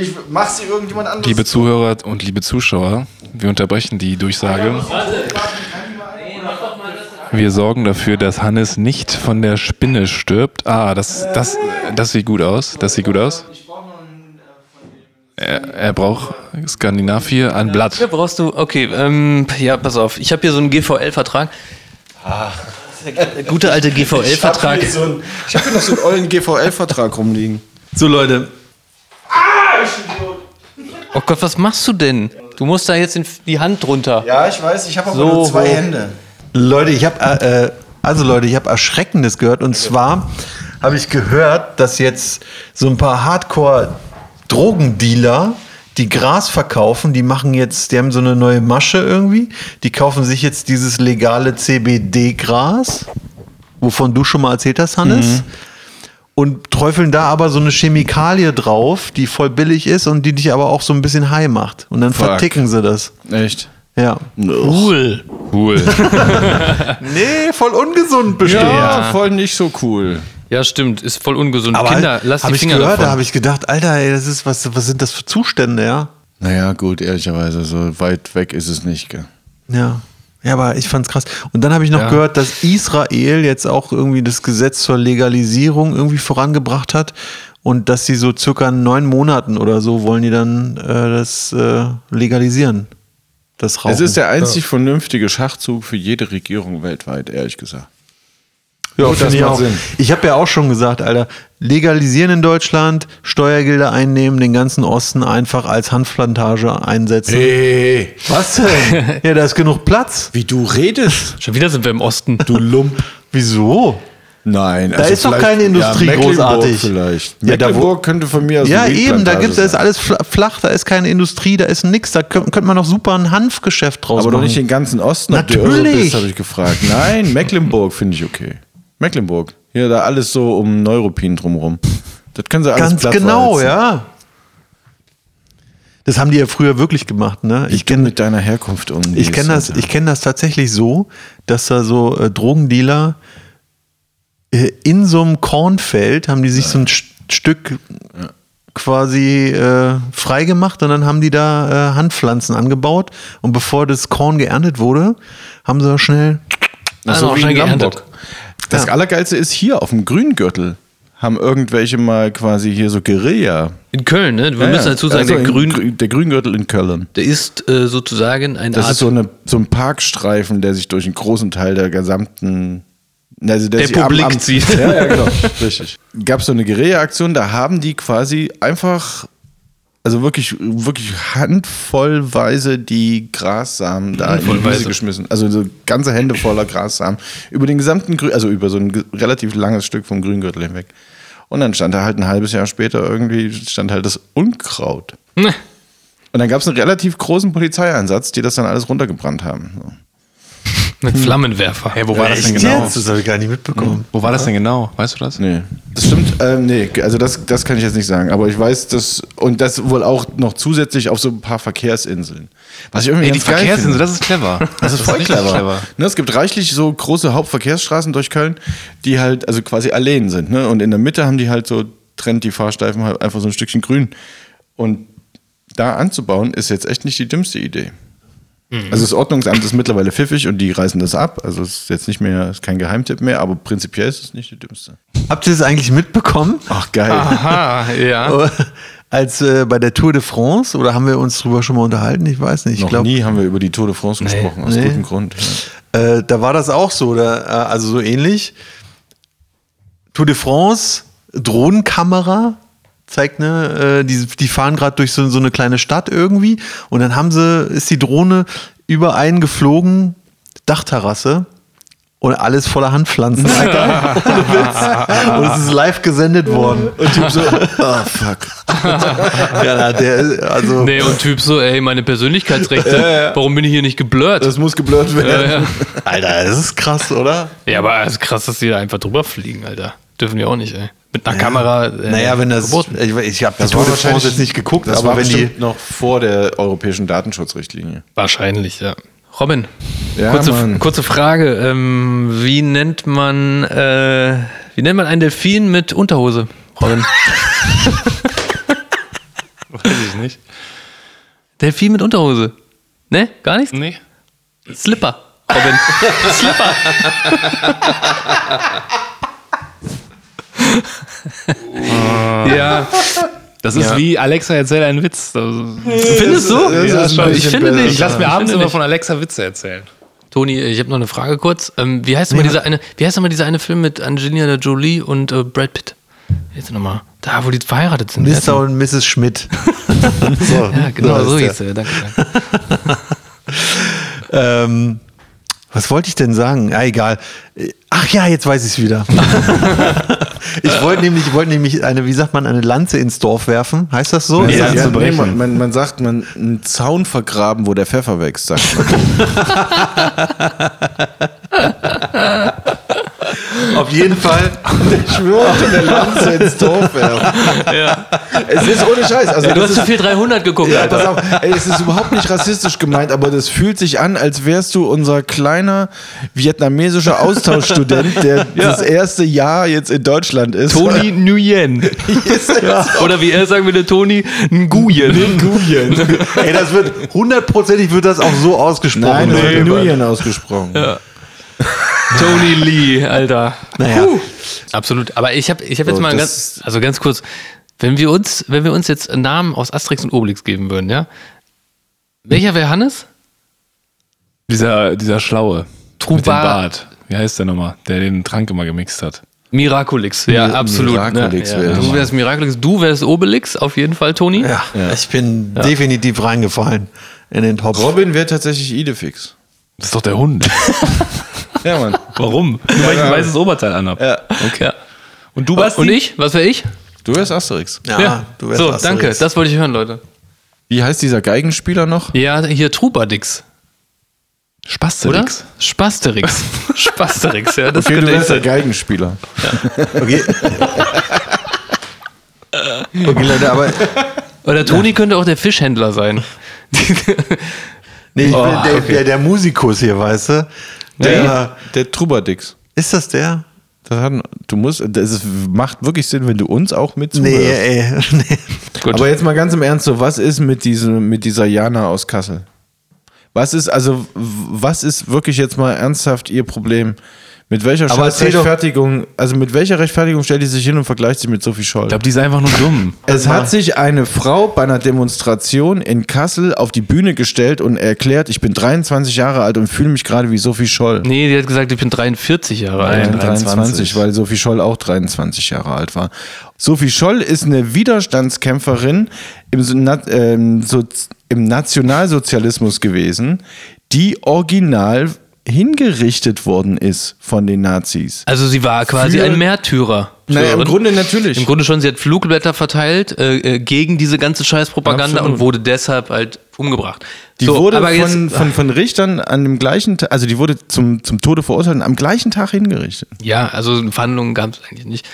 Ich mach sie irgendjemand anderes. Liebe Zuhörer und liebe Zuschauer, wir unterbrechen die Durchsage. Wir sorgen dafür, dass Hannes nicht von der Spinne stirbt. Ah, das, das, das sieht gut aus. Das sieht gut aus. Er, er braucht Skandinavier ein Ja, Blatt. brauchst du. Okay, ähm, ja, pass auf. Ich habe hier so einen GVL-Vertrag. Der Ah. gute alte GVL-Vertrag. Ich habe hier noch so einen ollen GVL-Vertrag rumliegen. So, Leute, Oh Gott, was machst du denn? Du musst da jetzt den, die Hand drunter. Ja, ich weiß, ich habe aber So nur zwei hoch. Hände. Leute, ich habe äh, äh, also Leute, ich habe erschreckendes gehört und zwar habe ich gehört, dass jetzt so ein paar Hardcore Drogendealer die Gras verkaufen, die machen jetzt, die haben so eine neue Masche irgendwie, die kaufen sich jetzt dieses legale CBD Gras, wovon du schon mal erzählt hast, Hannes. Und träufeln da aber so eine Chemikalie drauf, die voll billig ist und die dich aber auch so ein bisschen high macht. Und dann Fuck. verticken sie das. Echt? Ja. Cool. Cool. *laughs* Nee, voll ungesund bestimmt. Ja, voll nicht so cool. Ja, stimmt. Ist voll ungesund. Aber halt, Kinder, lass hab die ich Finger gehört, da davon. habe ich gedacht, Alter, ey, das ist, was, was sind das für Zustände, ja? Naja, gut, ehrlicherweise, so weit weg ist es nicht, gell? Ja. Ja, aber ich fand's krass. Und dann habe ich noch Ja. gehört, dass Israel jetzt auch irgendwie das Gesetz zur Legalisierung irgendwie vorangebracht hat und dass sie so circa in neun Monaten oder so wollen die dann äh, das äh, legalisieren. Das Rauchen. Es ist der einzig vernünftige Schachzug für jede Regierung weltweit, ehrlich gesagt. ja, Gut, das finde ich macht auch. Sinn. Ich habe ja auch schon gesagt, Alter, legalisieren in Deutschland, Steuergelder einnehmen, den ganzen Osten einfach als Hanfplantage einsetzen. Hey, *laughs* Was denn? ja, da ist genug Platz. wie du redest, Schon wieder sind wir im Osten. du Lump. Wieso? Nein, also Da ist doch vielleicht- keine Industrie ja, Mecklenburg großartig. Vielleicht. Ja, da wo- Mecklenburg könnte von mir aus ja, eine eben, da Also Wildplantage gibt's, da ist sein. alles fla- flach, da ist keine Industrie, da ist nix, da könnte könnt man noch super ein Hanfgeschäft draus Aber doch machen. nicht den ganzen Osten. ob du Natürlich. irre bist, habe ich gefragt. Nein, Mecklenburg finde ich okay. Mecklenburg. Hier, da alles so um Neuruppin drumrum. Das können sie alles Ganz platt genau, walzen. ja. Das haben die ja früher wirklich gemacht, ne? Ich kenne Ich kenne mit deiner Herkunft um. ich kenn das, ich kenn das tatsächlich so, dass da so äh, Drogendealer äh, in so einem Kornfeld haben die sich so ein St- Stück quasi äh, freigemacht und dann haben die da äh, Handpflanzen angebaut und bevor das Korn geerntet wurde, haben sie schnell das so Also auch wie schon in geerntet. Hamburg. Das Allergeilste ist hier auf dem Grüngürtel haben irgendwelche mal quasi hier so Guerilla. In Köln, ne? Wir Ja, müssen ja. dazu sagen, Also der in Grün, Grü- der Grüngürtel in Köln. der ist äh, sozusagen ein Das Art. ist so, eine, so ein Parkstreifen, der sich durch einen großen Teil der gesamten. Also der Republik am, am, zieht. Ja, ja, genau. Richtig. Gab so eine Guerilla-Aktion, da haben die quasi einfach, also wirklich, wirklich handvollweise die Grassamen da in die Wiese Handvollweise. geschmissen. Also so ganze Hände voller Grassamen. Über den gesamten Grün, also über so ein ge- relativ langes Stück vom Grüngürtel hinweg. Und dann stand da halt ein halbes Jahr später irgendwie, stand halt das Unkraut. *laughs* Und dann gab es einen relativ großen Polizeieinsatz, die das dann alles runtergebrannt haben. So. mit Flammenwerfer. Hey, wo war das denn Echt genau? jetzt? Das habe ich gar nicht mitbekommen. Wo war das denn genau? Weißt du das? Nee. Das stimmt, ähm, nee, also das, das kann ich jetzt nicht sagen. Aber ich weiß, dass, und das wohl auch noch zusätzlich auf so ein paar Verkehrsinseln. Was ich irgendwie Ey, die ganz geil Verkehrsinsel, finde. *laughs* das ist clever. Das ist voll richtig clever. Ne, es gibt reichlich so große Hauptverkehrsstraßen durch Köln, die halt also quasi Alleen sind. Ne? Und in der Mitte haben die halt so, trennt die Fahrstreifen halt einfach so ein Stückchen grün. Und da anzubauen, ist jetzt echt nicht die dümmste Idee. Also das Ordnungsamt ist mittlerweile pfiffig und die reißen das ab. Also es ist jetzt nicht mehr, ist kein Geheimtipp mehr, aber prinzipiell ist es nicht die dümmste. Mhm. Habt ihr das eigentlich mitbekommen? Ach geil. genau? Aha, ja. Oh. *laughs* Als äh, bei der Tour de France, oder haben wir uns drüber schon mal unterhalten? Ich weiß nicht. Noch ich glaube, nie haben wir über die Tour de France gesprochen, aus nee. gutem Grund. äh, da war das auch so, da, äh, also so ähnlich. Tour de France, Drohnenkamera zeigt ne, äh, die, die fahren gerade durch so, so eine kleine Stadt irgendwie und dann haben sie, ist die Drohne über einen geflogen, Dachterrasse und alles voller Handpflanzen. *laughs* Alter. Ohne Witz. und es ist live gesendet worden. Und Typ *laughs* so, ah fuck. Ja, der, also, Nee, und Typ so, ey, meine *laughs* Persönlichkeitsrechte. Warum bin ich hier nicht geblurrt? Das muss geblurrt werden. Ja, ja. Alter, das ist krass, oder? ja, aber es ist krass, dass die da einfach drüber fliegen, Alter. Dürfen wir auch nicht, ey. Mit einer Kamera. Äh, Naja, wenn das. verboten. Ich, ich habe das Tour de France jetzt nicht geguckt, das aber war wenn die. bestimmt noch vor der europäischen Datenschutzrichtlinie. Wahrscheinlich, ja. Robin, Ja, kurze, Mann. kurze Frage. Ähm, wie nennt man äh, wie nennt man einen Delfin mit Unterhose? *laughs* Robin. Weiß ich nicht. Delfin mit Unterhose. Ne? Gar nichts? Nee. Slipper. Robin. Slipper. ja. Das ist wie Alexa erzähl einen Witz. Das, Findest du? ich finde nicht. ich lasse mir Ich abends finde immer von Alexa Witze erzählen. Toni, ich habe noch eine Frage kurz. Ähm, wie heißt immer dieser eine, wie heißt immer dieser eine Film mit Angelina Jolie und äh, Brad Pitt? Jetzt nochmal. Da, wo die verheiratet sind. Mr. und Mrs. Schmidt. so, Ja, genau, so ist hieß er. Danke, danke. der. Ähm, was wollte ich denn sagen? Ja, egal. Äh, Ach ja, jetzt weiß ich es wieder. *laughs* ich wollte nämlich, wollte nämlich eine, wie sagt man, eine Lanze ins Dorf werfen. Heißt das so? Also Ja, Lanze ja, nee, brechen. man, man, man sagt, man einen Zaun vergraben, wo der Pfeffer wächst, sagt *laughs* man. Auf jeden Fall. Ich schwöre, eine Lanze ins Dorf werfen. Es ist ohne Scheiß. Also Du das hast zu ist, viel 300 geguckt, ja, Alter. pass auf, ey, es ist überhaupt nicht rassistisch gemeint, aber das fühlt sich an, als wärst du unser kleiner vietnamesischer Austauschstudent, der das erste Jahr jetzt in Deutschland ist. *laughs* Toni Nguyen. *laughs* Oder wie er sagen würde, Toni Nguyen. Nguyen. *laughs* Ey, das wird hundertprozentig wird das auch so ausgesprochen. Nein, das wird Nee, Nguyen ausgesprochen. Tony Lee, Alter. Naja. Absolut. Aber ich habe ich hab jetzt So, mal das- ganz, also ganz kurz, wenn wir uns, wenn wir uns jetzt Namen aus Asterix und Obelix geben würden, ja? Welcher wäre Hannes? Dieser, dieser Schlaue. Mit dem Trubart. Bart. Wie heißt der nochmal? Der den Trank immer gemixt hat. Miraculix, ja, Mi- absolut. Miraculix ne? wär ja. ich. Du wärst Miraculix, du wärst Obelix, auf jeden Fall, Toni. Ja, ich bin definitiv reingefallen in den Topf. Robin wäre tatsächlich Idefix. Das ist doch der Hund. Ja, Mann. Warum? Nur Weil ich ein weißes Oberteil anhab. Ja. Okay. Und du warst Und ich? Was wäre ich? Du wärst Asterix. Ja, Ah, du wärst so, Asterix. danke, das wollte ich hören, Leute. Wie heißt dieser Geigenspieler noch? Ja, hier Trubadix, oder? Spastelix. Spasterix. Spasterix, ja, das könnte ich sein. Geigenspieler. Okay. okay, Leute, aber Oder Toni könnte auch der Fischhändler sein. *laughs* nee, Oh, ich bin der, der, der Musikus hier, weißt du? Der, Der Trubadix. Ist das der? Das hat, du musst, das ist, macht wirklich Sinn, wenn du uns auch mit Nee, zuhörst. ey. *laughs* Nee. Aber jetzt mal ganz im Ernst, so, was ist mit, diesem, mit dieser Jana aus Kassel? Was ist, also, w- was ist wirklich jetzt mal ernsthaft ihr Problem? Mit welcher Aber Scheiß erzähl doch- Rechtfertigung, also mit welcher Rechtfertigung stellt die sich hin und vergleicht sie mit Sophie Scholl? Ich glaube, die ist einfach nur dumm. Es hat sich eine Frau bei einer Demonstration in Kassel auf die Bühne gestellt und erklärt, ich bin 23 Jahre alt und fühle mich gerade wie Sophie Scholl. Nee, die hat gesagt, ich bin 43 Jahre alt. Nein, 23, Äh, weil Sophie Scholl auch 23 Jahre alt war. Sophie Scholl ist eine Widerstandskämpferin im, So- Na- ähm, So- im Nationalsozialismus gewesen, die original hingerichtet worden ist von den Nazis. Also sie war quasi Für- ein Märtyrer. Naja, im Grunde natürlich. Im Grunde schon, sie hat Flugblätter verteilt äh, äh, gegen diese ganze Scheißpropaganda Absolut. und wurde deshalb halt umgebracht. Die So, wurde aber jetzt- äh, von, von, von Richtern an dem gleichen Tag, also die wurde zum, zum Tode verurteilt und am gleichen Tag hingerichtet. Ja, also Verhandlungen gab es eigentlich nicht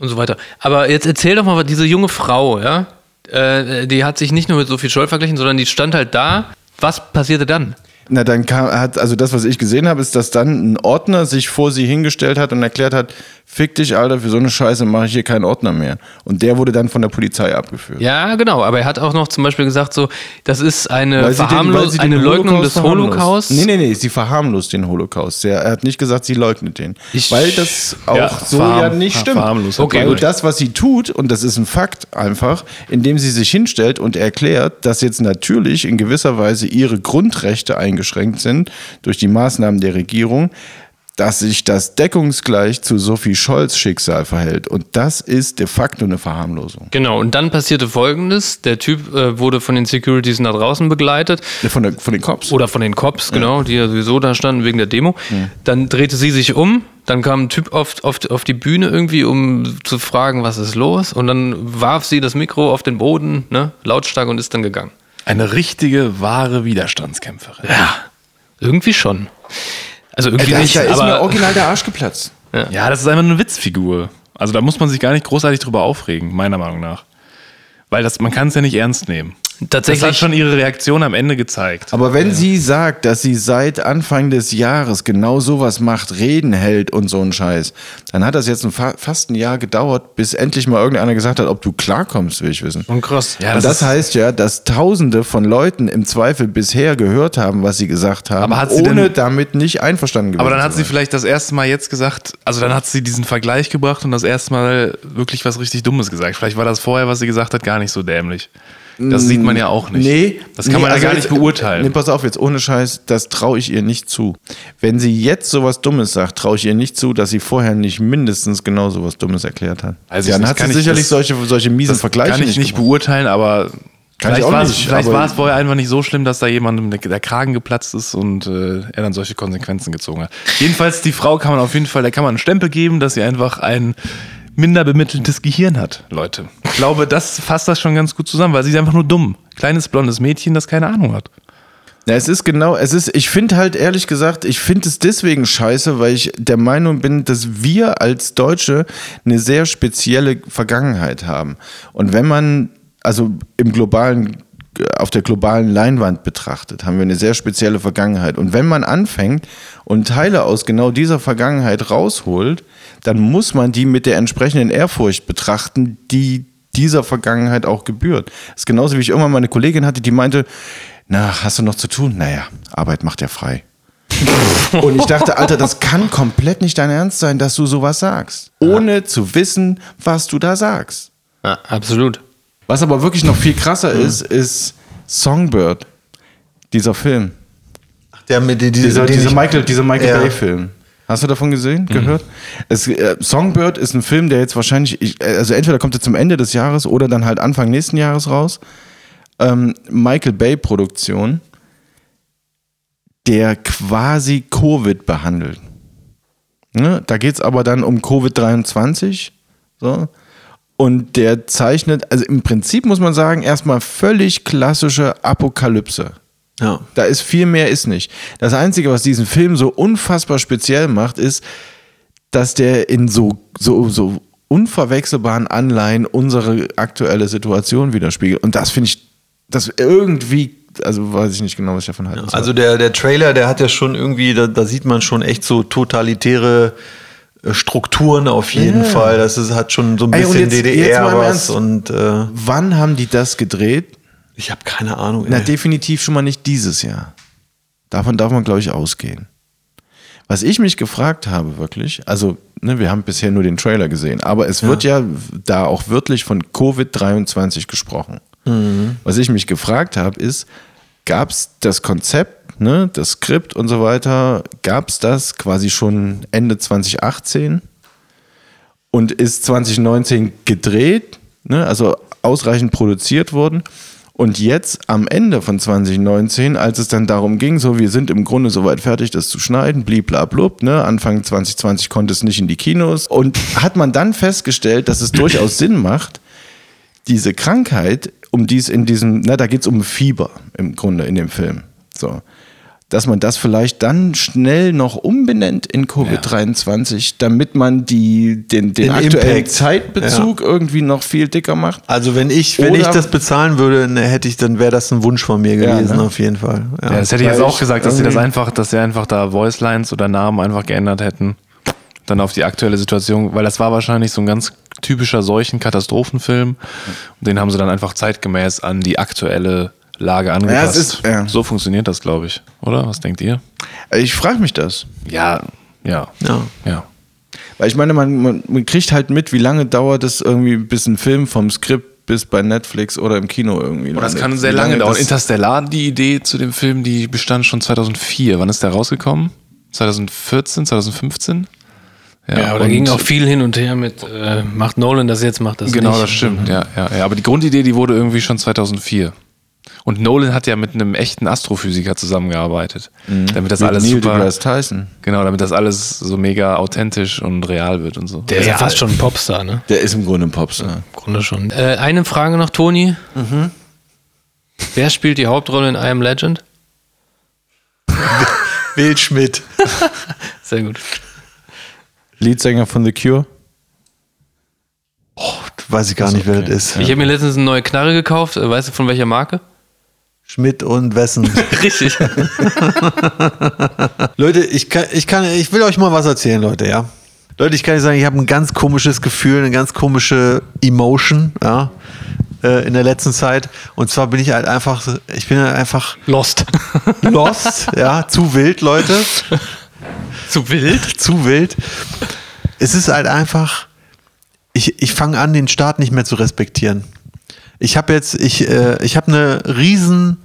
und so weiter. Aber jetzt erzähl doch mal, was diese junge Frau, ja, äh, die hat sich nicht nur mit Sophie Scholl verglichen, sondern die stand halt da. Was passierte dann? Na, dann kam, hat, also das, was ich gesehen habe, ist, dass dann ein Ordner sich vor sie hingestellt hat und erklärt hat, fick dich, Alter, für so eine Scheiße mache ich hier keinen Ordner mehr. Und der wurde dann von der Polizei abgeführt. Ja, genau. Aber er hat auch noch zum Beispiel gesagt, so, das ist eine Weil sie den- weil Verharmlos sie den Äh, eine Leugnung Holocaust des verharmlost. Holocausts. Nee, nee, nee, sie verharmlost den Holocaust. Er er hat nicht gesagt, sie leugnet den. Ich- weil das auch Ja, so verharm- ja nicht ver- stimmt. verharmlost. Okay, weil gut. das, was sie tut, und das ist ein Fakt einfach, indem sie sich hinstellt und erklärt, dass jetzt natürlich in gewisser Weise ihre Grundrechte eingeschränkt sind durch die Maßnahmen der Regierung, dass sich das deckungsgleich zu Sophie Scholls Schicksal verhält. Und das ist de facto eine Verharmlosung. Genau, und dann passierte folgendes: Der Typ äh, wurde von den Securities nach draußen begleitet Von, der, von den Cops. oder von den Cops, genau, die ja sowieso da standen wegen der Demo. Dann drehte sie sich um, dann kam ein Typ auf, auf, auf die Bühne irgendwie, um zu fragen, was ist los, und dann warf sie das Mikro auf den Boden, ne, lautstark und ist dann gegangen. Eine richtige, wahre Widerstandskämpferin. Irgendwie schon. Also irgendwie da nicht, da ist mir aber original der Arsch geplatzt. Ja, das ist einfach eine Witzfigur. Also da muss man sich gar nicht großartig drüber aufregen, meiner Meinung nach. Weil das, man kann es ja nicht ernst nehmen. Das hat Tatsächlich. schon ihre Reaktion am Ende gezeigt. Aber wenn sie sagt, dass sie seit Anfang des Jahres genau sowas macht, Reden hält und so einen Scheiß, dann hat das jetzt ein, fa- fast ein Jahr gedauert, bis endlich mal irgendeiner gesagt hat, ob du klarkommst, will ich wissen. Und krass. Ja, und das das ist- heißt ja, dass Tausende von Leuten im Zweifel bisher gehört haben, was sie gesagt haben, Aber hat sie ohne denn- damit nicht einverstanden gewesen Aber dann hat zu sie sein. vielleicht das erste Mal jetzt gesagt, also dann hat sie diesen Vergleich gebracht und das erste Mal wirklich was richtig Dummes gesagt. Vielleicht war das vorher, was sie gesagt hat, gar nicht so dämlich. Das sieht man ja auch nicht. Mm, Nee, Das kann nee, man ja also gar jetzt- nicht beurteilen. Nee, pass auf, jetzt ohne Scheiß, das traue ich ihr nicht zu. Wenn sie jetzt sowas Dummes sagt, traue ich ihr nicht zu, dass sie vorher nicht mindestens genau sowas Dummes erklärt hat. Weiß ich ja, dann nicht, hat kann sie ich- sicherlich das- solche, solche miesen das Vergleiche kann ich nicht gemacht. beurteilen, aber Kann ich vielleicht auch war es- nicht, vielleicht aber- war es vorher einfach nicht so schlimm, dass da jemandem der- der Kragen geplatzt ist und äh, er dann solche Konsequenzen gezogen hat. Jedenfalls, die Frau kann man auf jeden Fall, da kann man einen Stempel geben, dass sie einfach ein minder bemitteltes Gehirn hat, Leute. Ich glaube, das fasst das schon ganz gut zusammen, weil sie ist einfach nur dumm. Kleines blondes Mädchen, das keine Ahnung hat. Na, es ist genau, es ist, ich finde halt ehrlich gesagt, ich finde es deswegen scheiße, weil ich der Meinung bin, dass wir als Deutsche eine sehr spezielle Vergangenheit haben. Und wenn man, also im globalen, auf der globalen Leinwand betrachtet, haben wir eine sehr spezielle Vergangenheit. Und wenn man anfängt und Teile aus genau dieser Vergangenheit rausholt, dann muss man die mit der entsprechenden Ehrfurcht betrachten, die dieser Vergangenheit auch gebührt. Das ist genauso wie ich irgendwann meine Kollegin hatte, die meinte, na, hast du noch zu tun? Naja, Arbeit macht ja frei. Und ich dachte, Alter, das kann komplett nicht dein Ernst sein, dass du sowas sagst. Ohne zu wissen, was du da sagst. Ja, absolut. Was aber wirklich noch viel krasser ist, ist Songbird. Dieser Film. Der mit die, die, Dieser, den dieser ich- Michael, dieser Michael Ja. Mhm. Bay-Film. Hast du davon gesehen, gehört? Es, äh, Songbird ist ein Film, der jetzt wahrscheinlich, ich, äh, also entweder kommt er zum Ende des Jahres oder dann halt Anfang nächsten Jahres raus. Ähm, Michael Bay-Produktion, der quasi Covid behandelt. Ne? Da geht es aber dann um Covid-23. So. Und der zeichnet, also im Prinzip muss man sagen, erstmal völlig klassische Apokalypse. Ja. Da ist viel mehr ist nicht. Das Einzige, was diesen Film so unfassbar speziell macht, ist, dass der in so, so, so unverwechselbaren Anleihen unsere aktuelle Situation widerspiegelt. Und das finde ich, das irgendwie, also weiß ich nicht genau, was ich davon halte. Also der, der Trailer, der hat ja schon irgendwie, da, da sieht man schon echt so totalitäre äh, Strukturen auf jeden Fall. Das ist, hat schon so ein Ey, und bisschen jetzt- jetzt DDR mal im Ernst. was und äh, wann haben die das gedreht? ich habe keine Ahnung. Na, ey. definitiv schon mal nicht dieses Jahr. Davon darf man, glaube ich, ausgehen. Was ich mich gefragt habe, wirklich, also ne, wir haben bisher nur den Trailer gesehen, aber es wird ja da auch wörtlich von Covid-23 gesprochen. Was ich mich gefragt habe, ist, gab es das Konzept, ne, das Skript und so weiter, gab es das quasi schon Ende 2018? und ist 2019 gedreht, ne, also ausreichend produziert worden. Und jetzt am Ende von 2019, als es dann darum ging, so wir sind im Grunde soweit fertig, das zu schneiden, bliblablub, ne? Anfang 2020 konnte es nicht in die Kinos. Und hat man dann festgestellt, dass es durchaus Sinn macht, diese Krankheit, um die es in diesem, na, da geht es um Fieber im Grunde in dem Film. So. Dass man das vielleicht dann schnell noch umbenennt in Covid-23, damit man die, den, den Den aktuellen Impact. Zeitbezug irgendwie noch viel dicker macht. Ah. also wenn ich, wenn Oder- ich das bezahlen würde, ne, hätte ich, dann wäre das ein Wunsch von mir Ja, gewesen, ne? auf jeden Fall. Ja. Ja, das hätte ich jetzt weil auch ich gesagt, dass sie das irgendwie- einfach, dass sie einfach da Voicelines oder Namen einfach geändert hätten. Dann auf die aktuelle Situation, weil das war wahrscheinlich so ein ganz typischer Seuchen-Katastrophenfilm. Und den haben sie dann einfach zeitgemäß an die aktuelle Lage angepasst. es ist- ja. So funktioniert das, glaube ich. Oder? Was denkt ihr? Ich frage mich das. Ja. Ja. Ja. Ja. Weil ich meine, man, man, man kriegt halt mit, wie lange dauert es irgendwie, bis ein Film vom Skript bis bei Netflix oder im Kino irgendwie. Und das landet. kann Wie sehr lange dauern. das- Interstellar, die Idee zu dem Film, die bestand schon 2004. Wann ist der rausgekommen? 2014, 2015? Ja, aber da und- ging auch viel hin und her mit, äh, macht Nolan das jetzt, macht das Genau, nicht. das stimmt. Ja, ja, ja. Aber die Grundidee, die wurde irgendwie schon 2004. Und Nolan hat ja mit einem echten Astrophysiker zusammengearbeitet, damit das Mit alles Neil super, deGrasse Tyson. genau, damit das alles so mega authentisch und real wird und so. Der ist ja fast schon ein Popstar, ne? Der ist im Grunde ein Popstar. Im Grunde schon. Äh, eine Frage noch, Toni. Wer spielt die Hauptrolle in I Am Legend? Will Schmidt. Sehr gut. Leadsänger von The Cure. Weiß ich gar nicht, wer das ist. Oh, Ich habe mir letztens eine neue Knarre gekauft. Äh, Weißt du, von welcher Marke? Schmidt *laughs* und Wessen. Richtig. Leute, ich kann, ich kann, ich will euch mal was erzählen, Leute, ja. Leute, ich kann euch sagen, ich habe ein ganz komisches Gefühl, eine ganz komische Emotion, ja, äh, in der letzten Zeit. Und zwar bin ich halt einfach, ich bin halt einfach *laughs* Lost. lost, ja, zu wild, Leute, Zu wild? zu wild. Es ist halt einfach, ich, ich fange an, den Staat nicht mehr zu respektieren. Ich habe jetzt, ich, äh, ich habe eine riesen,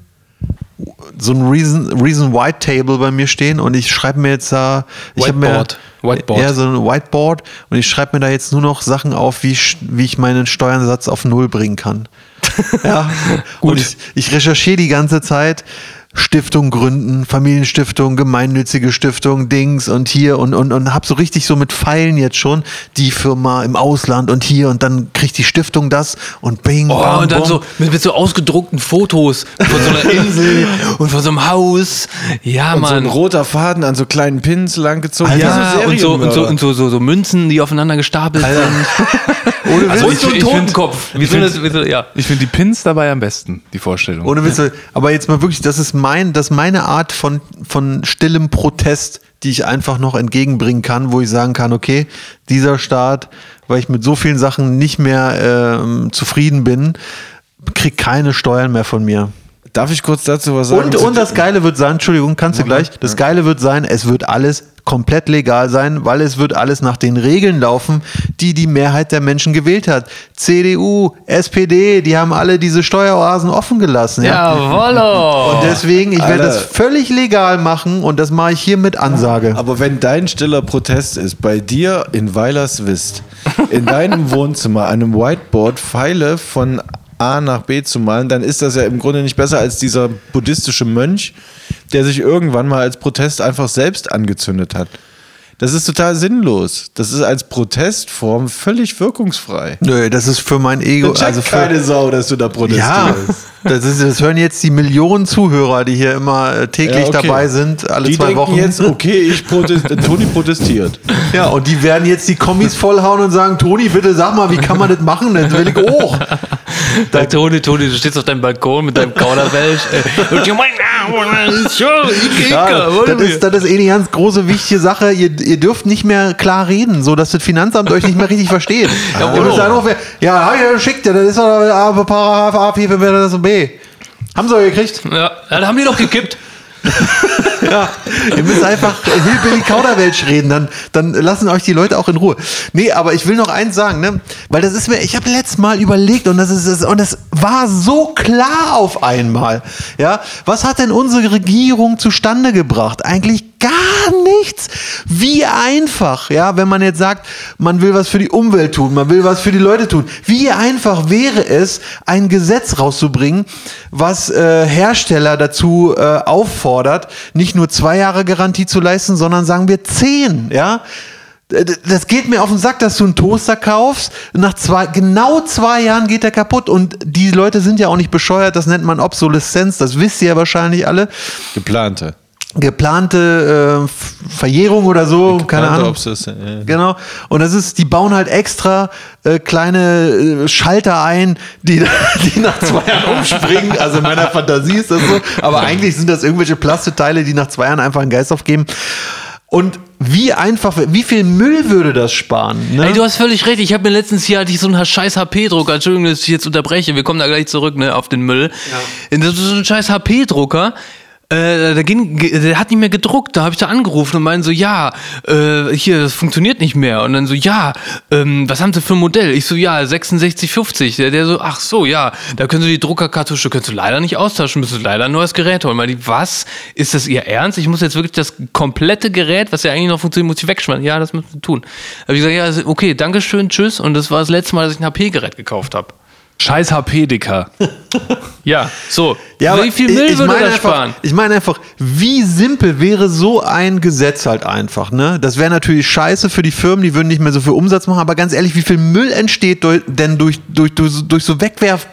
so ein riesen, riesen White Table bei mir stehen und ich schreibe mir jetzt da, ich hab mir, Whiteboard. Whiteboard. ja so ein Whiteboard und ich schreibe mir da jetzt nur noch Sachen auf, wie ich, wie ich meinen Steuersatz auf Null bringen kann. *laughs* ja, gut. Und ich, ich recherchiere die ganze Zeit. Stiftung gründen, Familienstiftung, gemeinnützige Stiftung, Dings und hier und, und, und hab so richtig so mit Pfeilen jetzt schon die Firma im Ausland und hier und dann kriegt die Stiftung das und bing, Oh, bam, und dann bum. so mit, mit so ausgedruckten Fotos von so einer Insel und von so einem Haus. Ja, Und so ein Mann. roter Faden an so kleinen Pins langgezogen. ja, und so, und, so, und so, so, so Münzen, die aufeinander gestapelt *laughs* sind. Ohne also und Witz. so ein Ich find- Totenkopf. Wie so eine- wie so, ja. Ich finde die Pins dabei am besten, die Vorstellung. Ohne Witze. Aber jetzt mal wirklich, das ist mein, das ist meine Art von, von stillem Protest, die ich einfach noch entgegenbringen kann, wo ich sagen kann, okay, dieser Staat, weil ich mit so vielen Sachen nicht mehr ähm, zufrieden bin, kriegt keine Steuern mehr von mir. Darf ich kurz dazu was sagen? Und, Zu- und das Geile wird sein, Entschuldigung, kannst du gleich, das Geile wird sein, es wird alles komplett legal sein, weil es wird alles nach den Regeln laufen, die die Mehrheit der Menschen gewählt hat. CDU, SPD, die haben alle diese Steueroasen offen gelassen. Ja, Jawollo. und deswegen, ich werde Alter. das völlig legal machen und das mache ich hier mit Ansage. Aber wenn dein stiller Protest ist, bei dir in Weilerswist, in *laughs* deinem Wohnzimmer, an einem Whiteboard Pfeile von A nach B zu malen, dann ist das ja im Grunde nicht besser als dieser buddhistische Mönch, der sich irgendwann mal als Protest einfach selbst angezündet hat. Das ist total sinnlos. Das ist als Protestform völlig wirkungsfrei. Nö, das ist für mein Ego. Checkt Also für, keine Sau, dass du da protestierst. ja, *laughs* das, ist, das hören jetzt die Millionen Zuhörer, die hier immer äh, täglich Ja, okay. dabei sind, alle die zwei denken Wochen. jetzt, okay, ich protest Toni protestiert. Ja, und die werden jetzt die Kommis vollhauen und sagen, Toni, bitte sag mal, wie kann man das machen? Das will ich auch. Da, Toni, Toni, du stehst auf deinem Balkon mit deinem Kauderwelsch. äh, *laughs* und you mean, ah, ist schon, ich Ja, das, ist, das ist eh eine ganz große, wichtige Sache. Ihr, ihr dürft nicht mehr klar reden, so dass das Finanzamt euch nicht mehr richtig versteht. ihr müsst dann auch, ja, hab ich ja geschickt, ja, das ist doch äh, aber Paragraph A, P, P, P, das und B. Haben sie euch gekriegt? Ja, dann haben die doch gekippt. Ja, ihr müsst einfach Hillbilly Kauderwelsch reden, dann, dann lassen euch die Leute auch in Ruhe. Nee, aber ich will noch eins sagen, ne? Weil das ist mir, ich habe letztes Mal überlegt und das ist es, und es war so klar auf einmal. Ja, was hat denn unsere Regierung zustande gebracht? Eigentlich gar nichts. Wie einfach, ja, wenn man jetzt sagt, man will was für die Umwelt tun, man will was für die Leute tun. Wie einfach wäre es, ein Gesetz rauszubringen, was äh, Hersteller dazu äh, auffordert, nicht nur zwei Jahre Garantie zu leisten, sondern sagen wir zehn, ja? D- d- Das geht mir auf den Sack, dass du einen Toaster kaufst. Nach zwei, genau zwei Jahren geht der kaputt. Und die Leute sind ja auch nicht bescheuert. Das nennt man Obsoleszenz. Das wisst ihr ja wahrscheinlich alle Geplante. geplante äh, F- Verjährung oder so, keine Geplante Ahnung. Obsession, ja. Genau. Und das ist, die bauen halt extra äh, kleine äh, Schalter ein, die, *laughs* die nach zwei Jahren umspringen. Also in meiner Fantasie ist das so. Aber eigentlich sind das irgendwelche Plastikteile, die nach zwei Jahren einfach einen Geist aufgeben. Und wie einfach, wie viel Müll würde das sparen? Ne? Ey, du hast völlig recht. Ich habe mir letztens hier hatte ich so einen scheiß HP-Drucker. Entschuldigung, dass ich jetzt unterbreche. Wir kommen da gleich zurück, ne, auf den Müll. Das ist so ein scheiß HP-Drucker. Äh, da ging, ge- der hat nicht mehr gedruckt. Da habe ich da angerufen und meinen so, ja, äh, hier, das funktioniert nicht mehr. Und dann so, ja, ähm, was haben Sie für ein Modell? Ich so, ja, 6650. Der, der so, ach so, ja, da können Sie die Druckerkartusche, können Sie leider nicht austauschen, müssen Sie leider ein neues Gerät holen. Weil die, was? Ist das Ihr Ernst? Ich muss jetzt wirklich das komplette Gerät, was ja eigentlich noch funktioniert, muss ich wegschmeißen. Ja, das müssen Sie tun. Da habe ich gesagt, ja, ist okay, Dankeschön, tschüss. Und das war das letzte Mal, dass ich ein HP-Gerät gekauft habe. Scheiß HP, Dicker. Ja, so. Ja, Wie aber viel Müll würde meine das einfach, sparen? Ich meine einfach, wie simpel wäre so ein Gesetz halt einfach, ne? Das wäre natürlich scheiße für die Firmen, die würden nicht mehr so viel Umsatz machen, aber ganz ehrlich, wie viel Müll entsteht durch, denn durch, durch, durch, durch so Wegwerf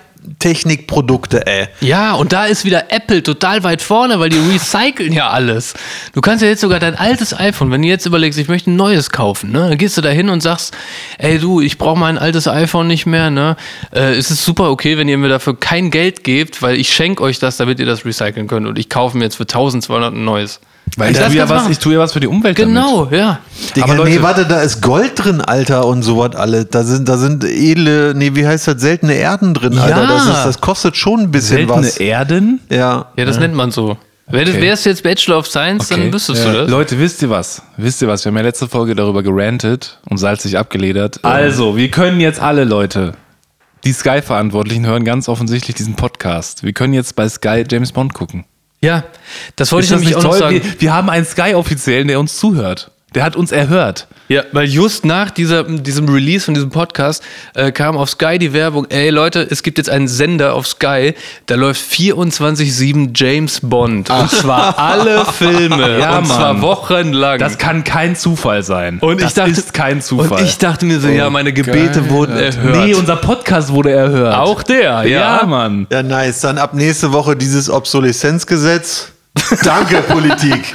Technikprodukte, ey. Ja, und da ist wieder Apple total weit vorne, weil die recyceln ja alles. Du kannst ja jetzt sogar dein altes iPhone, wenn du jetzt überlegst, ich möchte ein neues kaufen, ne, dann gehst du da hin und sagst, ey du, ich brauche mein altes iPhone nicht mehr, ne? Äh, es ist super okay, wenn ihr mir dafür kein Geld gebt, weil ich schenke euch das, damit ihr das recyceln könnt und ich kaufe mir jetzt für 1200 ein neues. Weil ich Das tue, ja kannst du was, machen. ich tue ja was für die Umwelt damit. Genau, ja. Digga, Aber Leute- nee, warte, da ist Gold drin, Alter, und sowas alles. Da sind, da sind edle, nee, wie heißt das, seltene Erden drin, Alter. Das, ist, das kostet schon ein bisschen Seltene was. Erden? Ja. Ja, das nennt man so. Wär- Okay. Wärst du jetzt Bachelor of Science, dann wüsstest du das. Leute, wisst ihr was? Wisst ihr was? Wir haben ja letzte Folge darüber gerantet und salzig abgeledert. Also, wir können jetzt alle Leute. Die Sky-Verantwortlichen hören ganz offensichtlich diesen Podcast. Wir können jetzt bei Sky James Bond gucken. Ja, das wollte Ist ich das nämlich nicht auch noch toll? sagen. Wir, wir haben einen Sky-Offiziellen, der uns zuhört. Der hat uns erhört. Ja, weil just nach dieser, diesem Release von diesem Podcast äh, kam auf Sky die Werbung, ey Leute, es gibt jetzt einen Sender auf Sky, da läuft 24-7 James Bond. Und zwar alle Filme. Ah. *laughs* Ja, und zwar Mann. wochenlang. Das kann kein Zufall sein. Hm. und das ich dachte, ist kein Zufall. Oh Und ich dachte mir so, ja, meine Gebete wurden erhört. nee, unser Podcast wurde erhört. Auch der, ja. Ja, Mann. Ja, nice. Dann ab nächste Woche dieses Obsoleszenzgesetz. Danke, Politik.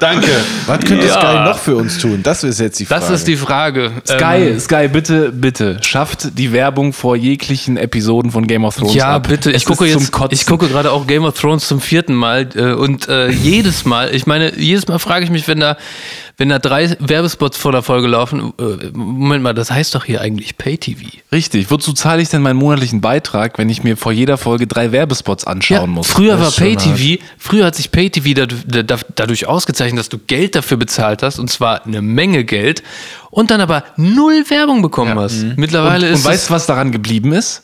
Danke. Was könnte Sky noch für uns tun? Das ist jetzt die Frage. Das ist die Frage. Ähm, Sky, Sky, bitte, bitte, schafft die Werbung vor jeglichen Episoden von Game of Thrones Ja, ab. bitte. Es Ich gucke ist zum jetzt, Kotzen. ich gucke gerade auch Game of Thrones zum vierten Mal äh, und äh, jedes Mal, ich meine, jedes Mal frage ich mich, wenn da, wenn da drei Werbespots vor der Folge laufen, äh, Moment mal, das heißt doch hier eigentlich Pay-TV. Richtig. Wozu zahle ich denn meinen monatlichen Beitrag, wenn ich mir vor jeder Folge drei Werbespots anschauen Ja, muss? früher war Das ist schon hart. Pay-TV, früher hat sich Pay-TV dad- da- da- dadurch ausgezeichnet, dass du Geld dafür bezahlt hast und zwar eine Menge Geld und dann aber null Werbung bekommen hast. Mittlerweile Mhm. Und, ist und weißt du, was daran geblieben ist? es,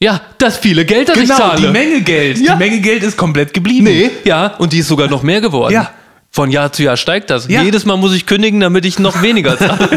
ja, das viele Geld, das ich zahle. Genau, die Menge Geld. Ja. Die Menge Geld ist komplett geblieben. Nee. Ja, und die ist sogar noch mehr geworden. Ja. Von Jahr zu Jahr steigt das. Ja. Jedes Mal muss ich kündigen, damit ich noch weniger zahle.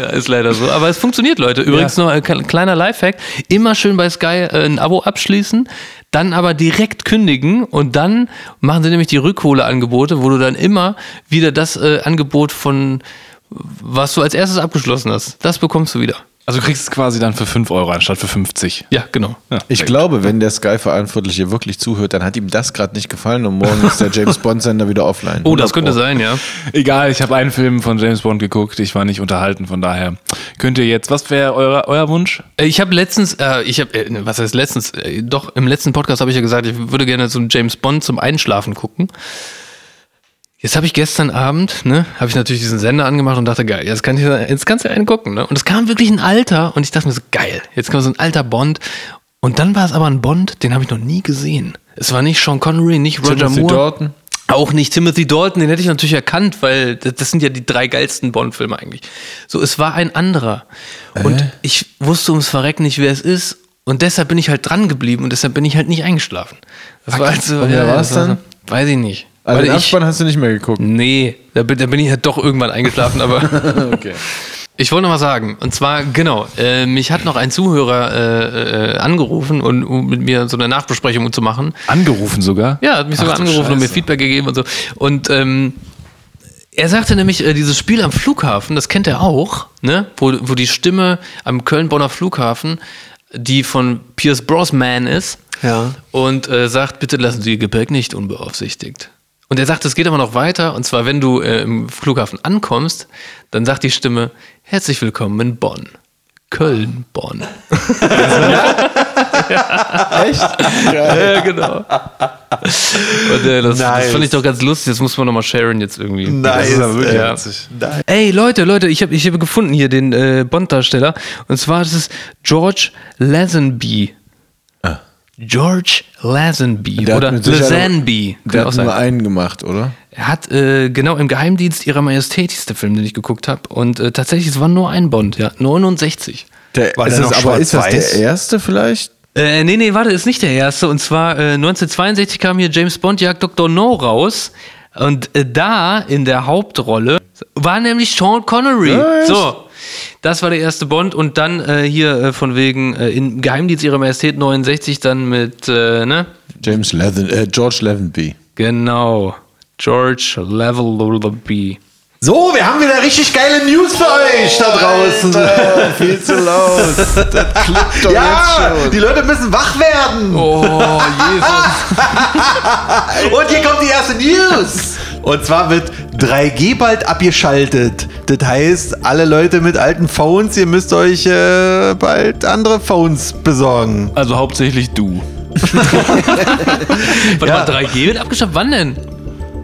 ja, ist leider so. Aber es funktioniert, Leute. Übrigens noch ein kle- kleiner Lifehack. Immer schön bei Sky äh, ein Abo abschließen, dann aber direkt kündigen und dann machen sie nämlich die Rückholeangebote, wo du dann immer wieder das äh, Angebot von, was du als erstes abgeschlossen hast, das bekommst du wieder. Also kriegst du es quasi dann für 5 Euro anstatt für 50. Ja, genau. Ich glaube, wenn der Sky-Verantwortliche wirklich zuhört, dann hat ihm das gerade nicht gefallen und morgen ist der James Bond-Sender wieder offline. Oh, das könnte sein, ja. Egal, ich habe einen Film von James Bond geguckt. Ich war nicht unterhalten, von daher könnt ihr jetzt. Was wäre euer, euer Wunsch? Ich habe letztens, äh, ich habe, äh, was heißt letztens? Äh, doch, im letzten Podcast habe ich ja gesagt, ich würde gerne so einen James Bond zum Einschlafen gucken. Jetzt habe ich gestern Abend, ne, habe ich natürlich diesen Sender angemacht und dachte, geil, jetzt, kann ich, jetzt kannst du einen gucken. Ne? Und es kam wirklich ein alter und ich dachte mir so, geil, jetzt kam so ein alter Bond. Und dann war es aber ein Bond, den habe ich noch nie gesehen. Es war nicht Sean Connery, nicht Roger Timothy Moore. Dalton. Auch nicht Timothy Dalton, den hätte ich natürlich erkannt, weil das das sind ja die drei geilsten Bond-Filme eigentlich. So, es war ein anderer. Und ich wusste ums Verrecken nicht, wer es ist. Und deshalb bin ich halt dran geblieben und deshalb bin ich halt nicht eingeschlafen. Das war halt so. Und wer war's das war so- dann? Weiß ich nicht. Also Weil den ich, Abspann hast du nicht mehr geguckt. nee, da bin, da bin ich halt doch irgendwann eingeschlafen, aber. Okay. Ich wollte noch was sagen. Und zwar, genau, äh, mich hat noch ein Zuhörer äh, äh, angerufen, und, um mit mir so eine Nachbesprechung zu machen. Angerufen sogar? um Ja, hat mich sogar Ach du angerufen und mir Scheiße. Feedback gegeben und so. Und ähm, er sagte nämlich, äh, dieses Spiel am Flughafen, das kennt er auch, ne? wo, wo die Stimme am Köln-Bonner Flughafen, die von Pierce Brosnan ist, Ja. und äh, sagt, bitte lassen Sie Ihr Gepäck nicht unbeaufsichtigt. Und er sagt, es geht aber noch weiter, und zwar, wenn du äh, im Flughafen ankommst, dann sagt die Stimme, herzlich willkommen in Bonn. Köln, Bonn. *laughs* ja, genau. Und äh, das, das Nice. fand ich doch ganz lustig. Das muss man nochmal sharen jetzt irgendwie. Nice. ja. Ey, Leute, Leute, ich habe ich hab gefunden hier den äh, Bond-Darsteller. Und zwar ist es George Lazenby. George Lazenby Ah. Der hat oder mit Sicherheit- Lazenby. Der kann auch hat sein. nur einen gemacht, oder? Er hat äh, genau im Geheimdienst ihrer Majestät ist der Film, den ich geguckt habe. Und äh, tatsächlich, es war nur ein Bond, ja. 69. Der, War ist der das, noch aber ist das der schwarz-weiß? erste vielleicht? Äh, nee, nee, warte, ist nicht der erste. Und zwar äh, 1962 kam hier James Bond Jagd Dr. No raus. Und äh, da in der Hauptrolle war nämlich Sean Connery. So, das war der erste Bond. Und dann äh, hier äh, von wegen äh, in Geheimdienst ihrer Majestät 69 dann mit, äh, ne? James Leaven, äh, George Levenby. Genau, George Level B. So, wir haben wieder richtig geile News für euch da draußen. Viel zu laut. *laughs* Das klappt doch ja, die Leute müssen wach *laughs* werden. Oh, Jesus. Und hier kommt die erste News. Und zwar wird 3G bald abgeschaltet. Das heißt, alle Leute mit alten Phones, ihr müsst euch äh, bald andere Phones besorgen. Also hauptsächlich du. Warte mal, 3G wird abgeschafft. Wann denn?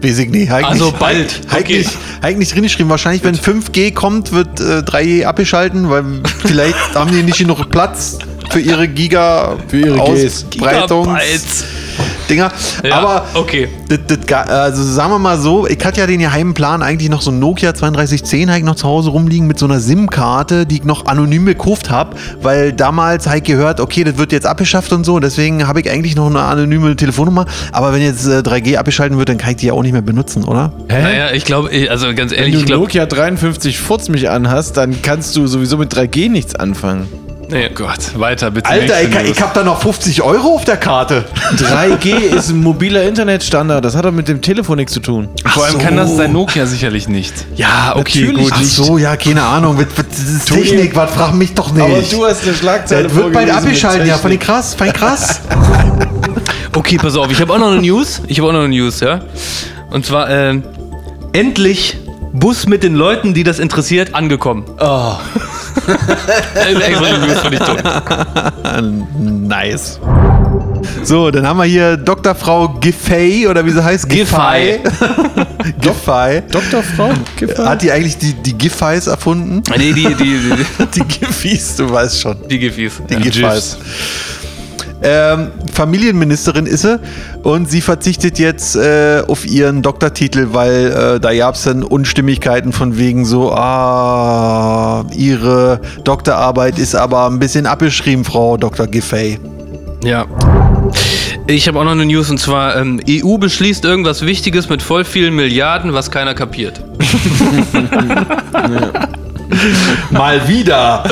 Weiß ich nicht. Heik Also nicht, bald. Heik, Okay. nicht, Heik nicht drin geschrieben. Wahrscheinlich, wenn 5G kommt, wird äh, 3G abgeschalten, weil vielleicht haben die nicht genug Platz für ihre Giga für ihre Gs. Ausbreitungs Dinger. Ja, Aber okay. das, das, ga- also sagen wir mal so, ich hatte ja den geheimen Plan, eigentlich noch so ein Nokia 3210 habe ich noch zu Hause rumliegen mit so einer SIM-Karte, die ich noch anonym gekauft habe, weil damals habe ich gehört, okay, das wird jetzt abgeschafft und so, deswegen habe ich eigentlich noch eine anonyme Telefonnummer, aber wenn jetzt äh, 3G abgeschalten wird, dann kann ich die ja auch nicht mehr benutzen, oder? Naja, ich glaube, ich- also ganz Wenn ehrlich, du ich glaube. Nokia 53 Furz mich anhast, dann kannst du sowieso mit 3G nichts anfangen. Nee. Gott, weiter bitte. Alter, Nächste ich, News. ich habe da noch 50 Euro auf der Karte. *laughs* 3G ist ein mobiler Internetstandard. Das hat doch mit dem Telefon nichts zu tun. Vor allem kann das dein Nokia sicherlich nicht. Ja, okay, Natürlich. gut. Ah, Ach so, ja, keine Ahnung, was- was- das ist Technik, was frag mich doch nicht. hast eine Schlagzeile das wird bald abgeschalten, ja, fand ich krass, fand ich krass. Okay, pass auf, ich habe auch noch eine News. Ich habe auch noch eine News, ja. Und zwar, ähm, endlich Bus mit den Leuten, die das interessiert, angekommen. Oh. Extra eine News fand ich toll. *laughs* Nice. So, dann haben wir hier Dr. Frau Giffey oder wie sie heißt. Giffey. Giffey. Dr. Frau? Hat die eigentlich die, die Giffeys *laughs* erfunden? Nee, die, die, die, Die Giffys, du weißt schon. die Giffis. *laughs* Die Giffeys. Ähm, Familienministerin ist sie und sie verzichtet jetzt äh, auf ihren Doktortitel, weil äh, da gab es dann Unstimmigkeiten von wegen so, ah, ihre Doktorarbeit ist aber ein bisschen abgeschrieben, Frau Dr. Giffey. Ja. Ich habe auch noch eine News und zwar, ähm, EU beschließt irgendwas Wichtiges mit voll vielen Milliarden, was keiner kapiert. Mal wieder.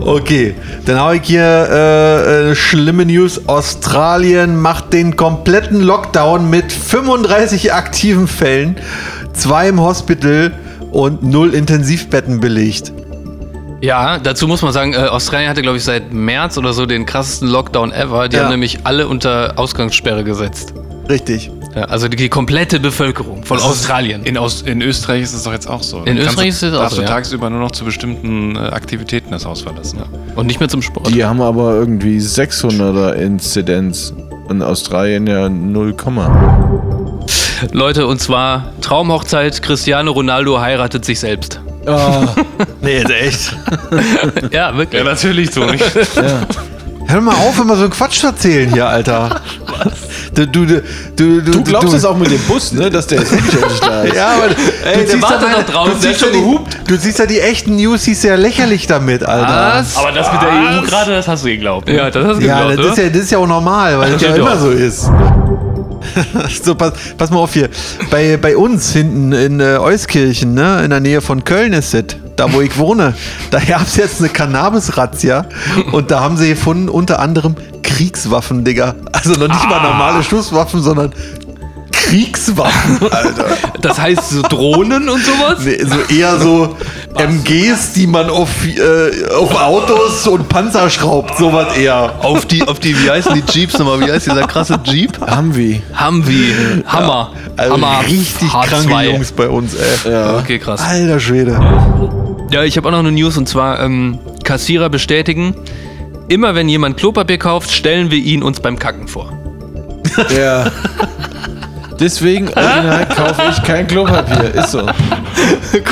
Okay, dann habe ich hier äh, äh, schlimme News. Australien macht den kompletten Lockdown mit 35 aktiven Fällen, zwei im Hospital und null Intensivbetten belegt. Ja, dazu muss man sagen, äh, Australien hatte, glaube ich, seit März oder so den krassesten Lockdown ever. Die Ja. haben nämlich alle unter Ausgangssperre gesetzt. Richtig. Ja, also die, die komplette Bevölkerung von Australien. In, Aus in Österreich ist es doch jetzt auch so. In Dann kannst Österreich ist es du, auch darfst so, du ja. tagsüber nur noch zu bestimmten äh, Aktivitäten das Haus verlassen. Und nicht mehr zum Sport. Die haben aber irgendwie 600er Inzidenz. Und Australien ja 0, Leute, und zwar Traumhochzeit, Cristiano Ronaldo heiratet sich *laughs* selbst. Ah. *laughs* Nee, echt. Ja, wirklich. *laughs* natürlich, Toni. Hör mal auf, immer so einen Quatsch zu erzählen *laughs* hier, Alter. Was? Du, du, du, du, Du glaubst es auch mit dem Bus, ne? Dass der jetzt wirklich *laughs* endlich da ist. Ja, aber du, der siehst wartet meine- noch draußen, du der siehst hat ja schon die, du siehst ja die echten News, siehst ja lächerlich damit, Alter. Aber das mit der EU gerade, das hast du geglaubt. ne? Ja, das hast du Ja, geglaubt, ne? das ist oder? ja, das ist ja auch normal, weil das ja, Ja, immer doch. so ist. *laughs* so, pass, pass mal auf hier. Bei, bei uns hinten in äh, Euskirchen, ne, in der Nähe von Köln ist es, da wo ich wohne, *laughs* da gab es jetzt eine Cannabis-Razzia und da haben sie gefunden unter anderem Kriegswaffen, Digga. Also noch nicht Ah. mal normale Schusswaffen, sondern Kriegswaffen, *laughs* Alter. Das heißt so Drohnen und sowas? Nee, so *laughs* eher so MGs, die man auf, äh, auf Autos und Panzer schraubt, sowas eher. Auf die, auf die, wie heißen die Jeeps nochmal? Wie heißt dieser krasse Jeep? Haben wir. Humvee, äh, Hammer. Also Hammer. richtig H2. kranke Jungs bei uns, ey. Okay, krass. Alter Schwede. Ja, ich habe auch noch eine News und zwar ähm, Kassierer bestätigen, immer wenn jemand Klopapier kauft, stellen wir ihn uns beim Kacken vor. Ja. Deswegen original kaufe ich kein Klopapier. Ist *laughs* so.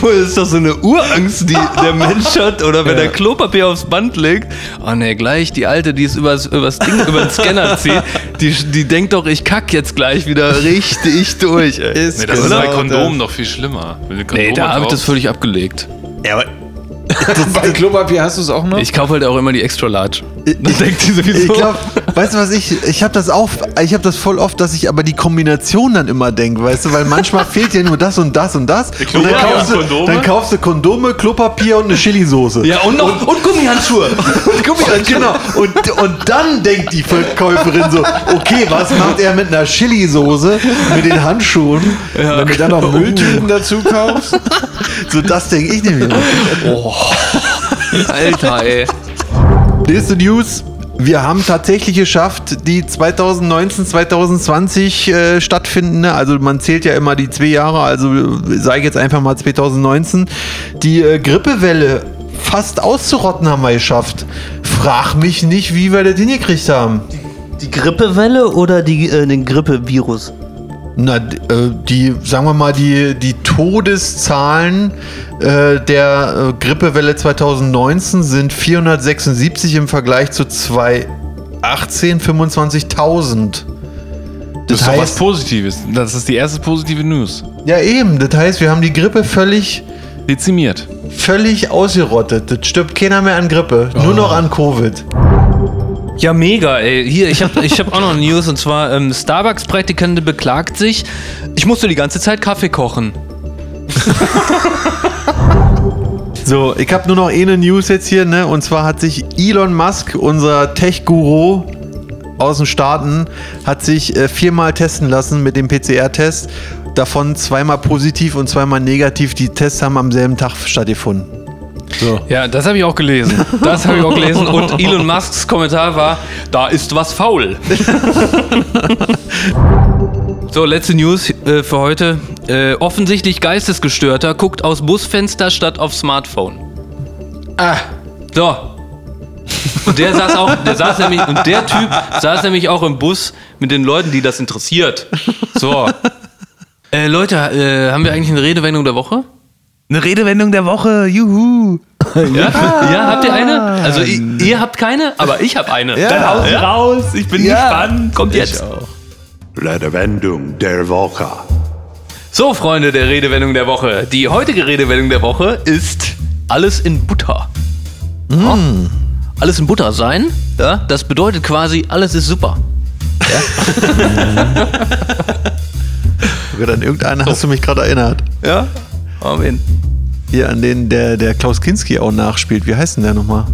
Cool, ist das so eine *laughs* Urangst, die der Mensch hat oder wenn Ja. er Klopapier aufs Band legt. Oh ne, gleich die alte, die es übers, *laughs* übers Ding, über den Scanner zieht, die, die denkt doch, ich kack jetzt gleich wieder richtig *laughs* durch. Ey. Ist Nee, das ist genau bei Kondomen das. noch viel schlimmer. Wenn du äh, Nee, Kondome da habe ich das kaufst- völlig abgelegt. Bei Klopapier hast du es auch noch? Ich kaufe halt auch immer die Extra Large. Ich, ich, ich glaube, Weißt du was ich? Ich habe das auch, ich habe das voll oft, dass ich aber die Kombination dann immer denke, weißt du, weil manchmal *laughs* fehlt ja nur das und das und das. Und dann, Klopapier und kaufst du, Kondome? dann kaufst du Kondome, Klopapier und eine Chilisoße. Ja, und noch und, Gummihandschuhe. Und genau. Und, und dann denkt die Verkäuferin so, okay, was macht er mit einer Chili-Soße, mit den Handschuhen, wenn du dann noch Mülltüten dazu kaufst? So, das denke ich nämlich. Alter, ey. Nächste News. Wir haben tatsächlich geschafft, die 2019, 2020 äh, stattfindende, also man zählt ja immer die zwei Jahre, also sage ich jetzt einfach mal 2019, die äh, Grippewelle fast auszurotten haben wir geschafft. Frag mich nicht, wie wir das hingekriegt haben. Die Grippewelle oder die, äh, den Grippevirus? Na, d- äh, die, sagen wir mal, die, die Todeszahlen äh, der äh, Grippewelle 2019 sind 476 im Vergleich zu 2018 25.000. Das, Das ist doch was heißt, Positives. Das ist die erste positive News. ja eben, das heißt, wir haben die Grippe völlig, Dezimiert. völlig ausgerottet. Das stirbt keiner mehr an Grippe, nur noch an Covid. Ja, mega, ey. Hier, ich habe ich hab auch noch News und zwar ähm, Starbucks-Praktikante beklagt sich, ich musste die ganze Zeit Kaffee kochen. So, ich habe nur noch eine News jetzt hier, ne? Und zwar hat sich Elon Musk, unser Tech-Guru aus den Staaten, hat sich äh, viermal testen lassen mit dem PCR-Test. Davon zweimal positiv und zweimal negativ. Die Tests haben am selben Tag stattgefunden. Ja, das habe ich auch gelesen. Das habe ich auch gelesen. Und Elon Musks Kommentar war, da ist was faul. so, letzte News äh, für heute. Äh, offensichtlich Geistesgestörter guckt aus Busfenster statt auf Smartphone. Ah. So. Und der saß auch, der saß nämlich, und der Typ saß nämlich auch im Bus mit den Leuten, die das interessiert. So. Äh, Leute, äh, haben wir eigentlich eine Redewendung der Woche? Eine Redewendung der Woche, juhu. Ja? ja, habt ihr eine? Also i- ihr habt keine, aber ich habe eine. Ja. Dann haut ja. raus, ich bin gespannt. Kommt jetzt. Redewendung der Woche. So, Freunde der Redewendung der Woche. Die heutige Redewendung der Woche ist alles in Butter. Ja? Alles in Butter sein, ja? das bedeutet quasi, alles ist super. Sogar an irgendeinen hast du mich gerade erinnert. Ja? Amen. Hier an den, der, der Klaus Kinski auch nachspielt. Wie heißt denn der nochmal?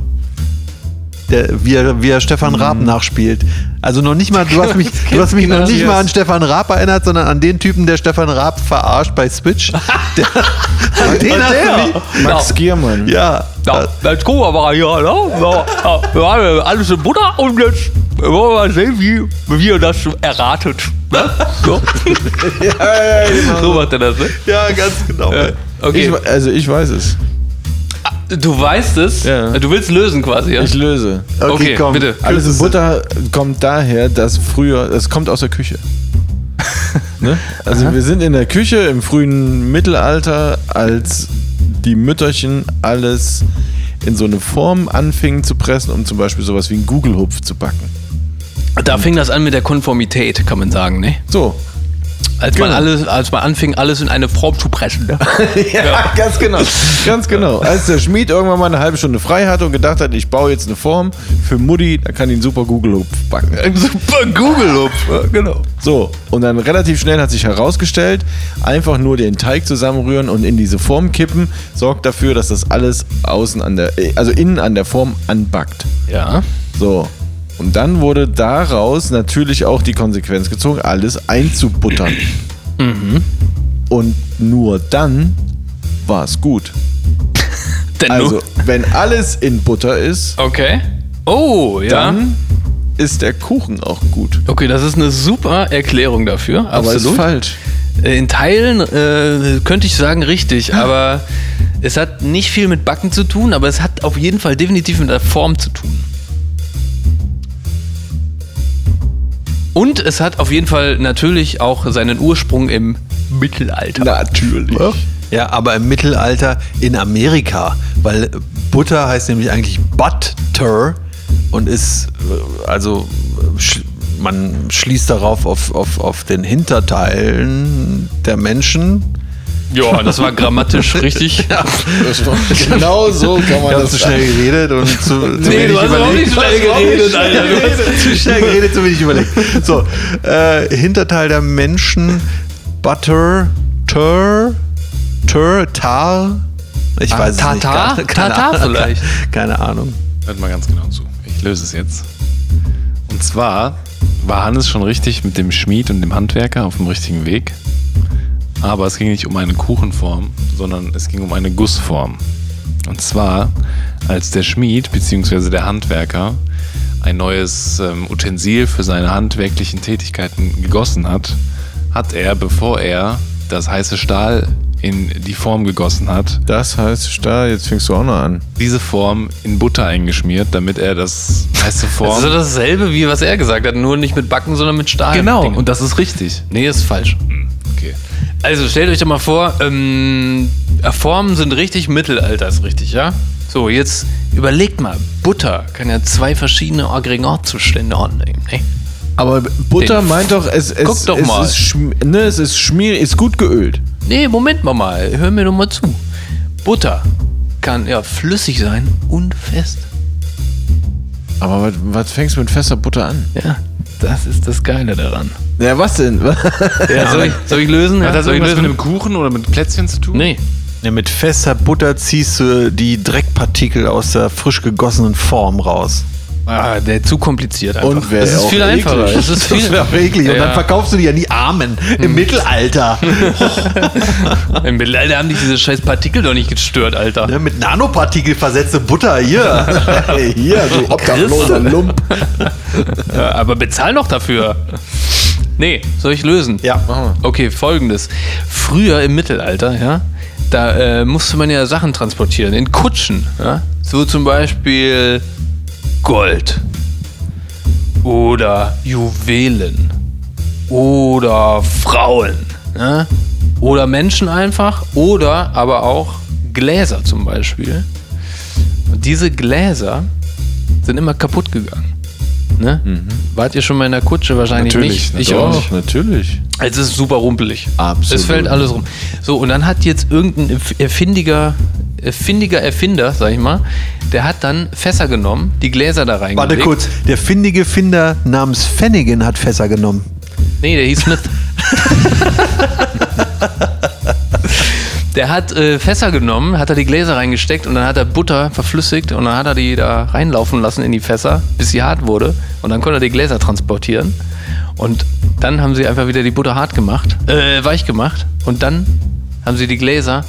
Der, wie, er, wie er Stefan Raab nachspielt. Also noch nicht mal, du hast *laughs* mich, du hast mich noch nicht mal an Stefan Raab erinnert, sondern an den Typen, der Stefan Raab verarscht bei *laughs* Switch. Der, an *laughs* den hast du mich, Max Giermann. ja. Äh. Ja, jetzt gucken wir mal hier, ne? So, ja, wir haben alles in Butter und jetzt wollen wir mal sehen, wie, wie ihr das erratet. Ne? *laughs* So. so macht er das, ne? Ja, ganz genau. Okay. Ich, also ich weiß es. Du weißt es. Ja. Du willst lösen quasi, ja? Ich löse. Okay, okay, komm. bitte. Alles in Butter kommt daher, dass früher, es kommt aus der Küche. ne? Also wir sind in der Küche im frühen Mittelalter, als die Mütterchen alles in so eine Form anfingen zu pressen, um zum Beispiel sowas wie einen Gugelhupf zu backen. Da fing das an mit der Konformität, kann man sagen, ne? So. Als man Genau. alles, als man anfing, alles in eine Form zu pressen. Ne? Ja, ganz genau. Ganz genau. Als der Schmied irgendwann mal eine halbe Stunde frei hatte und gedacht hat, ich baue jetzt eine Form für Mutti, da kann ich einen super Gugelhupf backen. Super Google up. Genau. So, und dann relativ schnell hat sich herausgestellt, einfach nur den Teig zusammenrühren und in diese Form kippen, sorgt dafür, dass das alles außen an der, äh, also innen an der Form anbackt. Ja. So. Und dann wurde daraus natürlich auch die Konsequenz gezogen, alles einzubuttern. Mhm. Und nur dann war es gut. Denn Also, nur- wenn alles in Butter ist, Okay. Oh, ja. dann ist der Kuchen auch gut. okay, das ist eine super Erklärung dafür. Aber ist Absolut. *laughs* falsch. Äh, In Teilen äh, könnte ich sagen richtig, aber es hat nicht viel mit Backen zu tun, aber es hat auf jeden Fall definitiv mit der Form zu tun. Und es hat auf jeden Fall natürlich auch seinen Ursprung im Mittelalter. Natürlich. Ja, aber im Mittelalter in Amerika, weil Butter heißt nämlich eigentlich Butter und ist, äh, also äh, sch man schließt darauf auf, auf, auf den Hinterteilen der Menschen, Ja, das war grammatisch *laughs* richtig. Genau so kann man Ich habe das zu schnell geredet und zu, zu Nee, du hast überhaupt nicht schnell geredet, Alter. Du hast- zu schnell geredet, zu wenig überlegt. So, äh, Hinterteil der Menschen, Butter, Tur, Tur, Tar. Ich weiß es nicht. Ah, Tatar? Keine- keine Tatar Ahnung. vielleicht? Keine Ahnung. Hört mal ganz genau zu. Ich löse es jetzt. Und zwar war Hannes schon richtig mit dem Schmied und dem Handwerker auf dem richtigen Weg. Aber es ging nicht um eine Kuchenform, sondern es ging um eine Gussform. Und zwar, als der Schmied bzw. der Handwerker ein neues ähm, Utensil für seine handwerklichen Tätigkeiten gegossen hat, hat er, bevor er das heiße Stahl in die Form gegossen hat, Das heißt, Stahl, jetzt fängst du auch noch an. diese Form in Butter eingeschmiert, damit er das Also Das heiße ist Form. ja dasselbe, wie was er gesagt hat, nur nicht mit Backen, sondern mit Stahl. Dinge. Genau, und das ist richtig. Nee, ist falsch. Hm, Okay. Also stellt euch doch mal vor, ähm, Formen sind richtig, Mittelalter ist richtig, ja? So, jetzt überlegt mal, Butter kann ja zwei verschiedene Aggregatzustände annehmen. Ne? Aber Butter meint doch, es, es, Guck doch es, mal. Ist, schm- ne, es ist schmierig, ist gut geölt. nee, Moment mal mal, hör mir doch mal zu. Butter kann ja flüssig sein und fest. Aber was, was fängst du mit fester Butter an? Ja, das ist das Geile daran. Ja, was denn? *laughs* Ja, soll, ich, soll ich lösen? Hat Ja, das soll ich irgendwas lösen? mit einem Kuchen oder mit Plätzchen zu tun? Nee. Ja, mit fester Butter ziehst du die Dreckpartikel aus der frisch gegossenen Form raus. Ah, der zu kompliziert einfach. Und wer das ist auch viel einfacher. Das ist Das viel wäre eklig. Ja. Und Mhm. dann verkaufst du die an die Armen im Mittelalter. Im Mittelalter haben dich diese scheiß Partikel doch nicht gestört, Alter. Ne, mit Nanopartikel versetzte Butter *laughs* hier. Hey, hier, du obdachloser Lump. Ja, Äh, aber bezahl doch dafür. Nee, soll ich lösen? Ja, machen Okay, folgendes. Früher im Mittelalter, ja, da äh, musste man ja Sachen transportieren, in Kutschen. Ja? So zum Beispiel Gold. Oder Juwelen. Oder Frauen. Ja? Oder Menschen einfach. Oder aber auch Gläser zum Beispiel. Und diese Gläser sind immer kaputt gegangen. Ne? Wart ihr schon mal in der Kutsche? Wahrscheinlich Mhm. Natürlich, nicht. Ich natürlich. auch. nicht. Doch, natürlich. Es ist super rumpelig. Absolut. Es fällt alles rum. So, und dann hat jetzt irgendein erf- erfindiger, erfindiger Erfinder, sag ich mal, der hat dann Fässer genommen, die Gläser da reingelegt. Warte kurz, der findige Finder namens Fennigan hat Fässer genommen. Nee, der hieß Smith. der hat äh, Fässer genommen, hat er die Gläser reingesteckt und dann hat er Butter verflüssigt und dann hat er die da reinlaufen lassen in die Fässer, bis sie hart wurde. Und dann konnte er die Gläser transportieren. Und dann haben sie einfach wieder die Butter hart gemacht, äh, weich gemacht. Und dann haben sie die Gläser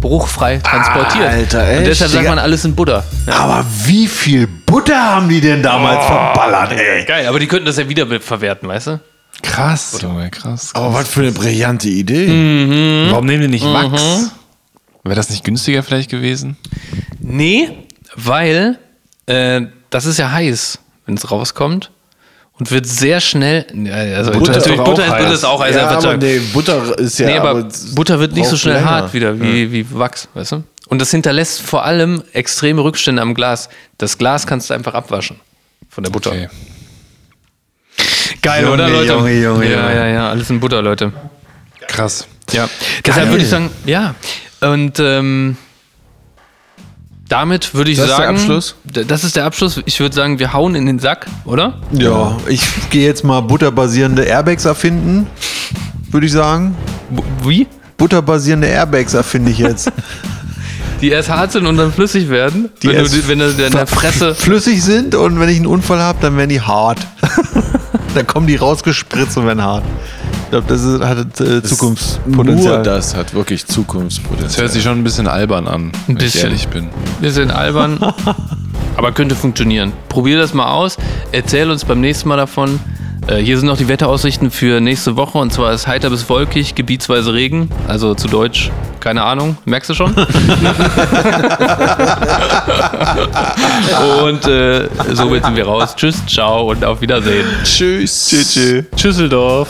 bruchfrei transportiert. Alter, echt? Und deshalb sagt man, alles in Butter. Aber wie viel Butter haben die denn damals verballert, ey? Geil, aber die könnten das ja wieder verwerten, weißt du? Krass, Junge, krass. Aber was für eine brillante Hm, Idee. Oh, Mhm. Warum nehmen die nicht Wachs? Wäre das nicht günstiger vielleicht gewesen? Nee, weil äh, das ist ja heiß, wenn es rauskommt. Und wird sehr schnell. Ja, Also Butter natürlich, doch Butter, auch ist, Butter heiß. ist auch also heiß. ja, Butter. aber nee, Butter ist ja. nee, aber, Butter wird nicht so braucht schnell länger. hart wieder wie, wie Wachs, weißt du? Und das hinterlässt vor allem extreme Rückstände am Glas. Das Glas kannst du einfach abwaschen von der Butter. Okay. Geil, Junge, Junge, Junge, ja, Junge. ja, ja, alles in Butter, Leute. Krass. Ja, deshalb würde ich sagen, ja. Und ähm, damit würde ich Das ist der sagen, Abschluss? d- das ist der Abschluss. Ich würde sagen, wir hauen in den Sack, oder? Ja, ich gehe jetzt mal butterbasierende Airbags erfinden, würde ich sagen. B- Wie? Butterbasierende Airbags erfinde ich jetzt. Die erst hart sind und dann flüssig werden. Die wenn erst du, wenn du in der Fresse. Flüssig sind und wenn ich einen Unfall habe, dann werden die hart. *laughs* dann kommen die rausgespritzt und werden hart. Ich glaube, das ist, hat äh, Nur Zukunftspotenzial. das hat wirklich Das hört Zukunftspotenzial. sich schon ein bisschen albern an, wenn ich bisschen. ehrlich bin. Wir sind albern. *laughs* aber könnte funktionieren. Probier das mal aus. Erzähl uns beim nächsten Mal davon. Äh, Hier sind noch die Wetteraussichten für nächste Woche und zwar ist heiter bis wolkig, gebietsweise Regen, also zu Deutsch, keine Ahnung, merkst du *laughs* schon? und äh, somit sind wir raus. Tschüss, ciao und auf Wiedersehen. Tschüss. Tschüss. Tschüsseldorf.